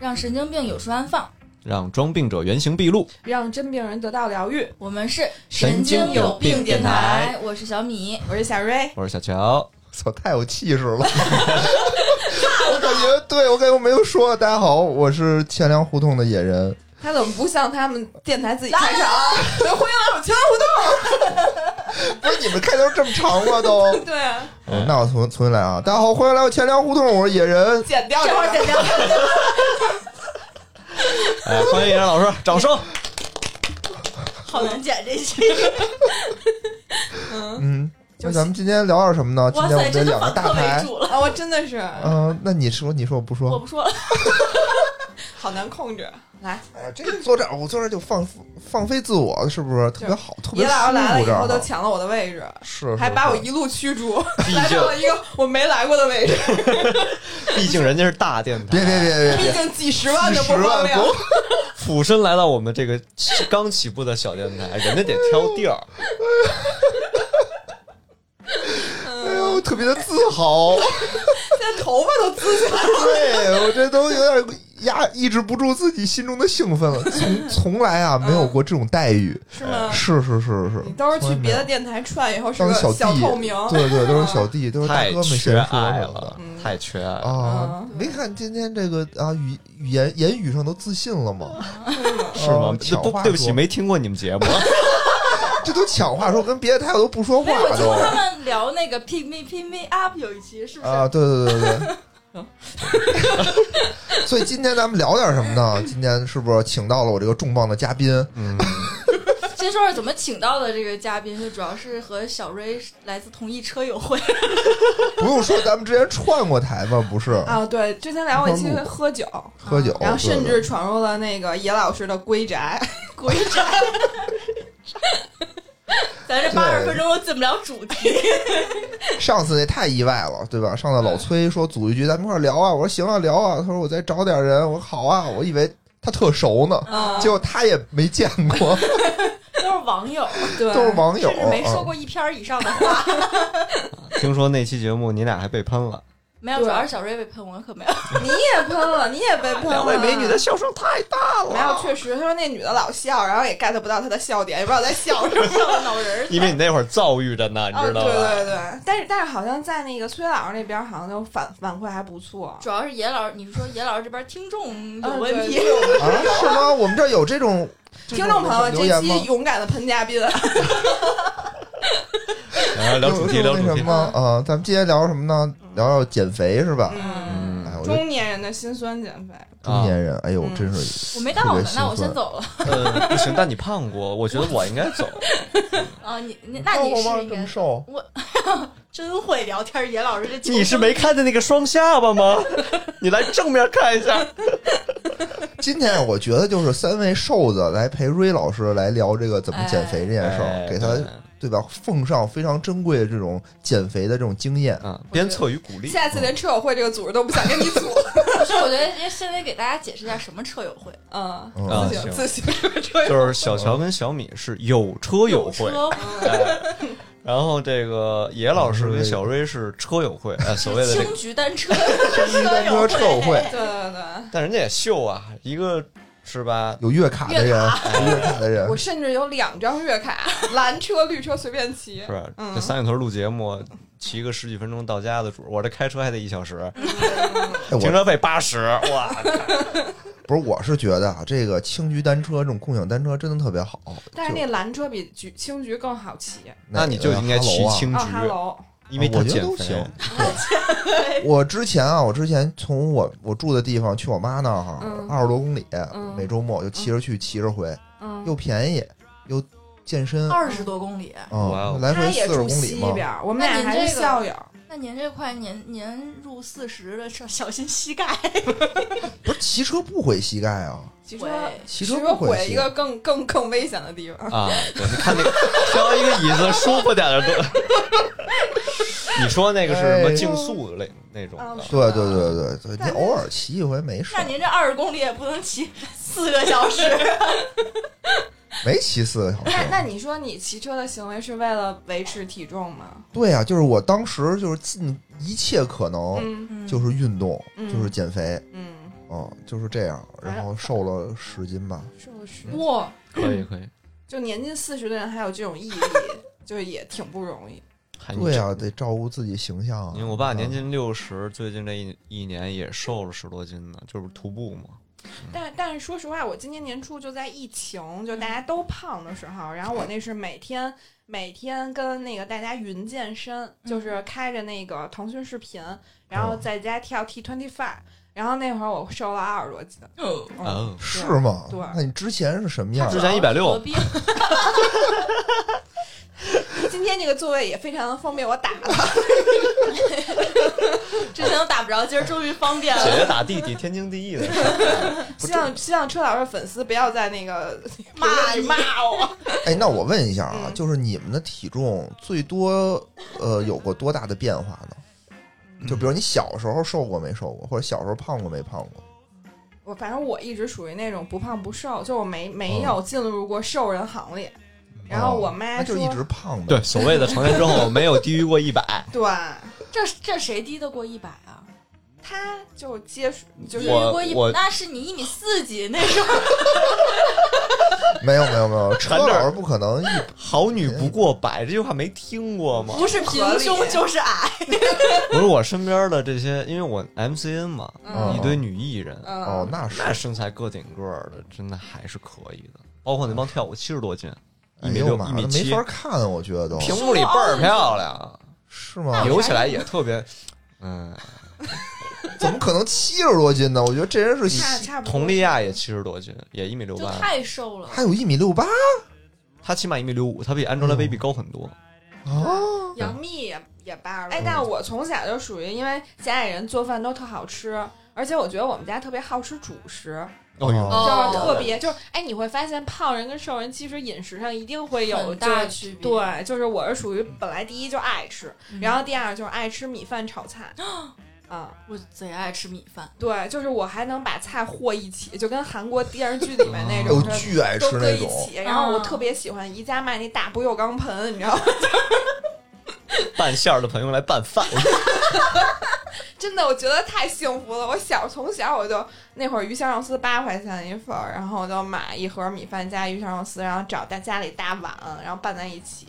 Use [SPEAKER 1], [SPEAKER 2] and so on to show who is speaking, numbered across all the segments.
[SPEAKER 1] 让神经病有处安放。
[SPEAKER 2] 让装病者原形毕露。
[SPEAKER 3] 让真病人得到疗愈。
[SPEAKER 1] 我们是
[SPEAKER 2] 神经有病电台，
[SPEAKER 1] 我是小米。
[SPEAKER 3] 我是小瑞，
[SPEAKER 2] 我是小乔，
[SPEAKER 4] 操，太有气势了！我感觉，对我感觉我没有说。大家好，我是钱粮胡同的野人。
[SPEAKER 3] 他怎么不像他们电台自己开场？ 对，欢迎来我们全互
[SPEAKER 4] 不是你们开头这么长吗？ 都，
[SPEAKER 3] 动。对啊，
[SPEAKER 4] 哦那我重重新来啊！大家好，欢迎来到钱粮胡同，我是野人。
[SPEAKER 3] 剪掉
[SPEAKER 1] 这会儿
[SPEAKER 3] 剪掉。
[SPEAKER 2] 哎，欢迎野人老师，掌声！
[SPEAKER 1] 好难剪这期，
[SPEAKER 4] 嗯，那咱们今天聊点什么呢？今
[SPEAKER 1] 哇
[SPEAKER 4] 天我
[SPEAKER 1] 塞，
[SPEAKER 4] 们这
[SPEAKER 1] 真的
[SPEAKER 4] 两个
[SPEAKER 1] 反
[SPEAKER 4] 大
[SPEAKER 1] 客为
[SPEAKER 4] 牌，
[SPEAKER 1] 主了。
[SPEAKER 3] 啊， 我真的是
[SPEAKER 4] 嗯、那你说，你说，我不
[SPEAKER 1] 我
[SPEAKER 4] 说？
[SPEAKER 1] 不说了，
[SPEAKER 3] 好难控制。来，
[SPEAKER 4] 哎呀，这坐这儿，我坐这儿就放放飞自我，是不是特别好？特别
[SPEAKER 3] 野
[SPEAKER 4] 舒
[SPEAKER 3] 老师来了
[SPEAKER 4] 服
[SPEAKER 3] 以
[SPEAKER 4] 这
[SPEAKER 3] 后
[SPEAKER 4] 儿
[SPEAKER 3] 都
[SPEAKER 4] 哈。
[SPEAKER 3] 抢了我的位置，
[SPEAKER 4] 是，是
[SPEAKER 3] 还把我
[SPEAKER 4] 是
[SPEAKER 3] 一路驱逐，
[SPEAKER 2] 毕
[SPEAKER 3] 来
[SPEAKER 2] 竟
[SPEAKER 3] 到了一个我没来过的位置。
[SPEAKER 2] 毕竟人家是大电台，
[SPEAKER 4] 别别别别
[SPEAKER 3] 毕
[SPEAKER 4] 别，
[SPEAKER 3] 竟几十万的播
[SPEAKER 4] 10
[SPEAKER 3] 放
[SPEAKER 4] 万
[SPEAKER 3] 量
[SPEAKER 4] 不，
[SPEAKER 2] 俯身来到我们这个刚起步的小电台，人家得挑地儿。
[SPEAKER 4] 哎
[SPEAKER 3] 嗯
[SPEAKER 4] 呦，特别的自豪。
[SPEAKER 3] 现在头发都滋起来了。
[SPEAKER 4] 对我这都有点压抑制不住自己心中的兴奋了， 从从来啊没有过这种待遇，
[SPEAKER 3] 是吗？
[SPEAKER 4] 是是是是
[SPEAKER 3] 嗯你，都是
[SPEAKER 4] 哎从
[SPEAKER 3] 去
[SPEAKER 4] 来没
[SPEAKER 3] 别
[SPEAKER 4] 有
[SPEAKER 3] 的电台串以后是
[SPEAKER 4] 当
[SPEAKER 3] 个
[SPEAKER 4] 小弟
[SPEAKER 3] 透明，
[SPEAKER 4] 对对，都是小弟，都是大
[SPEAKER 2] 太
[SPEAKER 4] 哥们先
[SPEAKER 2] 缺
[SPEAKER 4] 说
[SPEAKER 2] 爱
[SPEAKER 4] 什么
[SPEAKER 2] 了哦
[SPEAKER 4] 的，
[SPEAKER 3] 嗯
[SPEAKER 2] 太缺爱了。
[SPEAKER 4] 啊！没看今天这个啊语语言言语上都自信了吗？
[SPEAKER 3] 嗯
[SPEAKER 2] 是吗
[SPEAKER 4] 啊？
[SPEAKER 2] 这
[SPEAKER 4] 抢
[SPEAKER 2] 不
[SPEAKER 4] 话
[SPEAKER 2] 对不起，
[SPEAKER 4] 说
[SPEAKER 2] 没听过你们节目。
[SPEAKER 4] 这都抢话说，跟别的台我都不说话
[SPEAKER 1] 没有，我听
[SPEAKER 4] 都
[SPEAKER 1] 他们聊那个 pick me pick me up 有一期是不
[SPEAKER 4] 啊！
[SPEAKER 1] 是？
[SPEAKER 4] 对对对对 对。所以今天咱们聊点什么呢？今天是不是请到了我这个重磅的嘉宾？
[SPEAKER 2] 嗯，
[SPEAKER 1] 先说说怎么请到的这个嘉宾，就主要是和小瑞是来自同一车友会，
[SPEAKER 4] 不用说，咱们之前串过台吗？不是，
[SPEAKER 3] 啊，对，之前聊过一期喝酒，
[SPEAKER 4] 喝酒，
[SPEAKER 3] 然后
[SPEAKER 4] 哦对
[SPEAKER 3] 甚
[SPEAKER 4] 对
[SPEAKER 3] 至闯入了那个野老师的闺 宅，
[SPEAKER 1] 鬼宅。咱这八十分钟都进不了主题，
[SPEAKER 4] 上次那太意外了，对吧？上次老崔说组一局，咱们一块儿聊啊，我说行啊，聊啊。他说我再找点人，我说好啊，我以为他特熟呢，
[SPEAKER 3] 啊
[SPEAKER 4] 结果他也没见 过，
[SPEAKER 1] 都是网友，
[SPEAKER 3] 对，
[SPEAKER 4] 都是网友
[SPEAKER 1] 甚至没说
[SPEAKER 4] 啊。
[SPEAKER 1] 过一篇以上的话。
[SPEAKER 2] 听说那期节目你俩还被喷了，
[SPEAKER 1] 没有，
[SPEAKER 3] 对
[SPEAKER 1] 主要是小瑞被喷，我可没有。
[SPEAKER 3] 你也喷了，你也被喷了。
[SPEAKER 2] 笑声太大
[SPEAKER 4] 啊
[SPEAKER 3] 没有，确实，他说那女的老笑，然后也 get 不到她的笑点，也不知道在笑 什么，笑的脑仁儿。
[SPEAKER 2] 因为你那会儿遭遇着呢，你
[SPEAKER 3] 哦，
[SPEAKER 2] 知
[SPEAKER 3] 对
[SPEAKER 2] 道吧？
[SPEAKER 3] 对对，但是但是好像在那个崔老师那边，好像就反反馈还不错。
[SPEAKER 1] 主要是野老师，你是说野老师这边听众有
[SPEAKER 3] 嗯
[SPEAKER 1] 问题？
[SPEAKER 3] 对对对
[SPEAKER 4] 啊，是吗？我们这儿有这种 这
[SPEAKER 3] 听
[SPEAKER 4] 种
[SPEAKER 3] 众朋友们，
[SPEAKER 4] 留
[SPEAKER 3] 这
[SPEAKER 4] 言
[SPEAKER 3] 期
[SPEAKER 4] 吗？
[SPEAKER 3] 勇敢的喷嘉宾，
[SPEAKER 2] 来啊聊主题，
[SPEAKER 4] 有
[SPEAKER 2] 聊
[SPEAKER 4] 有
[SPEAKER 2] 主
[SPEAKER 4] 那什
[SPEAKER 2] 题
[SPEAKER 4] 么。啊？咱们今天聊什么呢？聊聊减肥是吧？
[SPEAKER 3] 嗯，
[SPEAKER 2] 嗯
[SPEAKER 4] 哎，我觉得
[SPEAKER 3] 中年人的辛酸减肥，
[SPEAKER 4] 中
[SPEAKER 2] 啊
[SPEAKER 4] 年人，哎呦，
[SPEAKER 3] 嗯
[SPEAKER 4] 真是
[SPEAKER 1] 我没到
[SPEAKER 4] 特
[SPEAKER 1] 呢
[SPEAKER 4] 别，兴
[SPEAKER 1] 那我
[SPEAKER 4] 奋
[SPEAKER 1] 先走了
[SPEAKER 2] 呃，不行，但你胖过，我觉得我应该走。
[SPEAKER 1] 啊！你你那你
[SPEAKER 4] 哦我
[SPEAKER 1] 是
[SPEAKER 4] 妈
[SPEAKER 1] 应
[SPEAKER 4] 这么
[SPEAKER 1] 该
[SPEAKER 4] 瘦，
[SPEAKER 1] 真会聊天，野老师这
[SPEAKER 2] 你是没看见那个双下巴 吗？你来正面看一下。
[SPEAKER 4] 今天我觉得就是三位瘦子来陪瑞老师来聊这个怎么减肥这件事
[SPEAKER 2] 哎
[SPEAKER 4] 儿，给他对吧？奉上非常珍贵的这种减肥的这种经验。
[SPEAKER 2] 啊，鞭策与鼓励。
[SPEAKER 3] 下次连车友会这个组织都不想跟你组。
[SPEAKER 1] 不是？我觉得先得给大家解释一下什么车友会，
[SPEAKER 3] 嗯，
[SPEAKER 4] 嗯
[SPEAKER 3] 自
[SPEAKER 2] 行
[SPEAKER 3] 行自行车 友
[SPEAKER 2] 就是小乔跟小米是有车友会，
[SPEAKER 1] 车
[SPEAKER 2] 哎然后这个野老师跟小瑞是车友会，哎，所谓的这个
[SPEAKER 1] 青，菊单车
[SPEAKER 4] 一单车车友会
[SPEAKER 3] 对 对对，
[SPEAKER 2] 但人家也秀啊，一个是吧？
[SPEAKER 4] 有月卡的人，有月卡的人
[SPEAKER 3] 我，甚至有两张月卡，蓝车、绿车随便骑
[SPEAKER 2] 是。吧？
[SPEAKER 3] 嗯
[SPEAKER 2] 这三里屯录节目，骑个十几分钟到家的主，我这开车还得一小时，
[SPEAKER 4] 哎
[SPEAKER 2] 停
[SPEAKER 4] 我
[SPEAKER 2] 车费八十，哇！
[SPEAKER 4] 不是，我是觉得啊，这个青桔单车这种共享单车真的特别好。
[SPEAKER 3] 但是
[SPEAKER 4] 就
[SPEAKER 3] 那蓝车比橘青桔更好骑。
[SPEAKER 2] 那你就应该骑青
[SPEAKER 4] 嗯
[SPEAKER 3] 哦
[SPEAKER 2] 桔，
[SPEAKER 3] 哈喽，
[SPEAKER 2] 因为
[SPEAKER 4] 啊
[SPEAKER 2] 它
[SPEAKER 4] 我觉得
[SPEAKER 2] 减
[SPEAKER 4] 都
[SPEAKER 2] 肥
[SPEAKER 4] 行。 我之前啊，我之前从我我住的地方去我妈那儿哈
[SPEAKER 3] 嗯，
[SPEAKER 4] 二十多公里，
[SPEAKER 3] 嗯
[SPEAKER 4] 每周末我就骑着去，骑着回，
[SPEAKER 3] 嗯，
[SPEAKER 4] 又便宜又健身，
[SPEAKER 1] 二十多公里。
[SPEAKER 2] 哇哦
[SPEAKER 4] 嗯，来
[SPEAKER 3] 他
[SPEAKER 4] 回
[SPEAKER 3] 也
[SPEAKER 4] 四十
[SPEAKER 3] 住
[SPEAKER 4] 公里
[SPEAKER 3] 西
[SPEAKER 4] 嘛。
[SPEAKER 3] 边，我们俩
[SPEAKER 1] 那您
[SPEAKER 3] 还
[SPEAKER 1] 这
[SPEAKER 3] 是
[SPEAKER 1] 个
[SPEAKER 3] 校友。
[SPEAKER 1] 那您这快年年入四十了，小小心膝盖。
[SPEAKER 4] 不是骑车不毁膝盖啊，
[SPEAKER 3] 骑车
[SPEAKER 1] 会
[SPEAKER 4] 骑车
[SPEAKER 3] 车
[SPEAKER 4] 不毁
[SPEAKER 3] 毁一
[SPEAKER 4] 膝
[SPEAKER 3] 个更更更危险的地方。
[SPEAKER 2] 啊，对，你看那个挑一个椅子舒服点的坐。你说那个是
[SPEAKER 4] 哎
[SPEAKER 2] 什么竞速类那种
[SPEAKER 3] 啊
[SPEAKER 2] 的？
[SPEAKER 4] 对对对对对，
[SPEAKER 3] 但
[SPEAKER 4] 你
[SPEAKER 3] 是
[SPEAKER 4] 偶尔骑一回没事儿
[SPEAKER 1] 那，您这二十公里也不能骑四个小时，
[SPEAKER 4] 没骑四个小时
[SPEAKER 3] 那。那你说你骑车的行为是为了维持体重吗？
[SPEAKER 4] 对呀、就是我当时就是尽一切可能，
[SPEAKER 3] 嗯
[SPEAKER 4] 就是运动，
[SPEAKER 3] 嗯哎
[SPEAKER 4] 就是减肥
[SPEAKER 3] 嗯
[SPEAKER 4] 啊、嗯，就是这样，然后瘦了十斤吧。
[SPEAKER 3] 瘦十，
[SPEAKER 1] 哇，
[SPEAKER 2] 可以可以，
[SPEAKER 3] 就年近四十的人还有这种 毅力，就也挺不容易。
[SPEAKER 2] 还
[SPEAKER 4] 对呀、得照顾自己形象啊。
[SPEAKER 2] 因为我爸年
[SPEAKER 4] 嗯
[SPEAKER 2] 近六十，最近这一一年也瘦了十多斤呢，就是徒步嘛。
[SPEAKER 3] 但但是说实话，我今年年初就在疫情，
[SPEAKER 1] 嗯
[SPEAKER 3] 就大家都胖的时候，然后我那是每天每天跟那个大家云健身，
[SPEAKER 1] 嗯
[SPEAKER 3] 就是开着那个腾讯视频，然
[SPEAKER 4] 哦
[SPEAKER 3] 后在家跳 T twenty five，然后那会儿我瘦了二十多斤。
[SPEAKER 1] 哦
[SPEAKER 3] 嗯
[SPEAKER 2] 哦
[SPEAKER 4] 是吗？
[SPEAKER 3] 对
[SPEAKER 4] 那你之前是什么样
[SPEAKER 2] 之？前
[SPEAKER 1] 何
[SPEAKER 2] 160
[SPEAKER 1] 必
[SPEAKER 3] 嗯今天这个座位也非常方便我打了，
[SPEAKER 1] 之前都打不着，今儿终于方便
[SPEAKER 2] 姐
[SPEAKER 1] 了。
[SPEAKER 2] 姐打弟弟，天经地义的事儿。不
[SPEAKER 3] 希望希望车老师的粉丝不要在那个
[SPEAKER 1] 骂
[SPEAKER 3] 评论
[SPEAKER 1] 你
[SPEAKER 3] 里骂我。
[SPEAKER 4] 哎，那我问一下啊，
[SPEAKER 3] 嗯
[SPEAKER 4] 就是你们的体重最多呃有过多大的变化呢？就比如你小时候瘦过没瘦过，或者小时候胖过没胖过？
[SPEAKER 3] 我反正我一直属于那种不胖不瘦，就我没没有进入过瘦人行列。然后我妈
[SPEAKER 4] 哦嗯那就
[SPEAKER 3] 说，
[SPEAKER 4] 一直胖呗。
[SPEAKER 2] 对，所谓的成年之后没有低于过一百，
[SPEAKER 3] 对，
[SPEAKER 1] 这这谁低得过一百啊？
[SPEAKER 3] 她就接触就
[SPEAKER 1] 低
[SPEAKER 3] 是
[SPEAKER 2] 我
[SPEAKER 1] 过一
[SPEAKER 2] 我，
[SPEAKER 1] 那是你一米四几那时候。
[SPEAKER 4] 没有没有 没有，车
[SPEAKER 2] 缠着
[SPEAKER 4] 老师不可能一
[SPEAKER 2] 好女
[SPEAKER 4] 哎
[SPEAKER 2] 不过百这句话没听过吗？
[SPEAKER 1] 不是
[SPEAKER 3] 哦合
[SPEAKER 1] 平
[SPEAKER 3] 理
[SPEAKER 1] 胸就是矮，
[SPEAKER 2] 不是我身边的这些，因为我 MCN 嘛，
[SPEAKER 4] 嗯
[SPEAKER 2] 一堆女艺人，
[SPEAKER 3] 嗯
[SPEAKER 4] 哦，那是
[SPEAKER 2] 那身材个顶个儿的，真的还是可以的。包括那帮跳舞七十多斤，一
[SPEAKER 4] 哎
[SPEAKER 2] 米
[SPEAKER 4] 呦
[SPEAKER 2] 六
[SPEAKER 4] 妈
[SPEAKER 2] 一
[SPEAKER 4] 呀
[SPEAKER 2] 米，
[SPEAKER 4] 没
[SPEAKER 2] 七
[SPEAKER 4] 法，看，我觉得都
[SPEAKER 2] 屏幕里倍儿漂亮，
[SPEAKER 4] 是吗？
[SPEAKER 2] 扭起来也特别，嗯，
[SPEAKER 4] 怎么可能七十多斤呢？我觉得这人是
[SPEAKER 3] 差差不多。
[SPEAKER 2] 佟丽娅也七十多斤，也一米六
[SPEAKER 1] 就
[SPEAKER 2] 八，
[SPEAKER 1] 太瘦了。
[SPEAKER 4] 还有一米六八
[SPEAKER 2] 她起码一米六五，她比 Angelababy 高很多。
[SPEAKER 3] 嗯
[SPEAKER 4] 啊！
[SPEAKER 3] 杨幂也也八十。哎
[SPEAKER 4] 嗯，
[SPEAKER 3] 但我从小就属于，因为家里人做饭都特好吃，而且我觉得我们家特别好吃主食，
[SPEAKER 2] 哦呦
[SPEAKER 4] 哦
[SPEAKER 3] 就是特别就是哎，你会发现胖人跟瘦人其实饮食上一定会有
[SPEAKER 1] 很大
[SPEAKER 3] 就
[SPEAKER 1] 区别
[SPEAKER 3] 对，就是我是属于本来第一就爱吃，
[SPEAKER 1] 嗯
[SPEAKER 3] 然后第二就是爱吃米饭炒菜，啊、
[SPEAKER 1] 我贼爱吃米饭，
[SPEAKER 3] 对，就是我还能把菜和一起，就跟韩国电视剧里面那
[SPEAKER 4] 哎
[SPEAKER 3] 种
[SPEAKER 2] 哦
[SPEAKER 3] 似
[SPEAKER 4] 呦
[SPEAKER 3] 的。
[SPEAKER 4] 巨爱
[SPEAKER 3] 嗯都
[SPEAKER 4] 吃
[SPEAKER 3] 搁
[SPEAKER 4] 那
[SPEAKER 3] 一
[SPEAKER 4] 种，
[SPEAKER 3] 起，然后我
[SPEAKER 1] 啊
[SPEAKER 3] 特别喜欢宜家卖那大不锈钢盆，你知道吗？
[SPEAKER 2] 拌馅儿的朋友来拌饭，
[SPEAKER 3] 真的，我觉得太幸福了。我小从小我就那会儿鱼香肉丝八块钱一份儿，然后我就买一盒米饭加鱼香肉丝，然后找大家里大碗，然后拌在一起。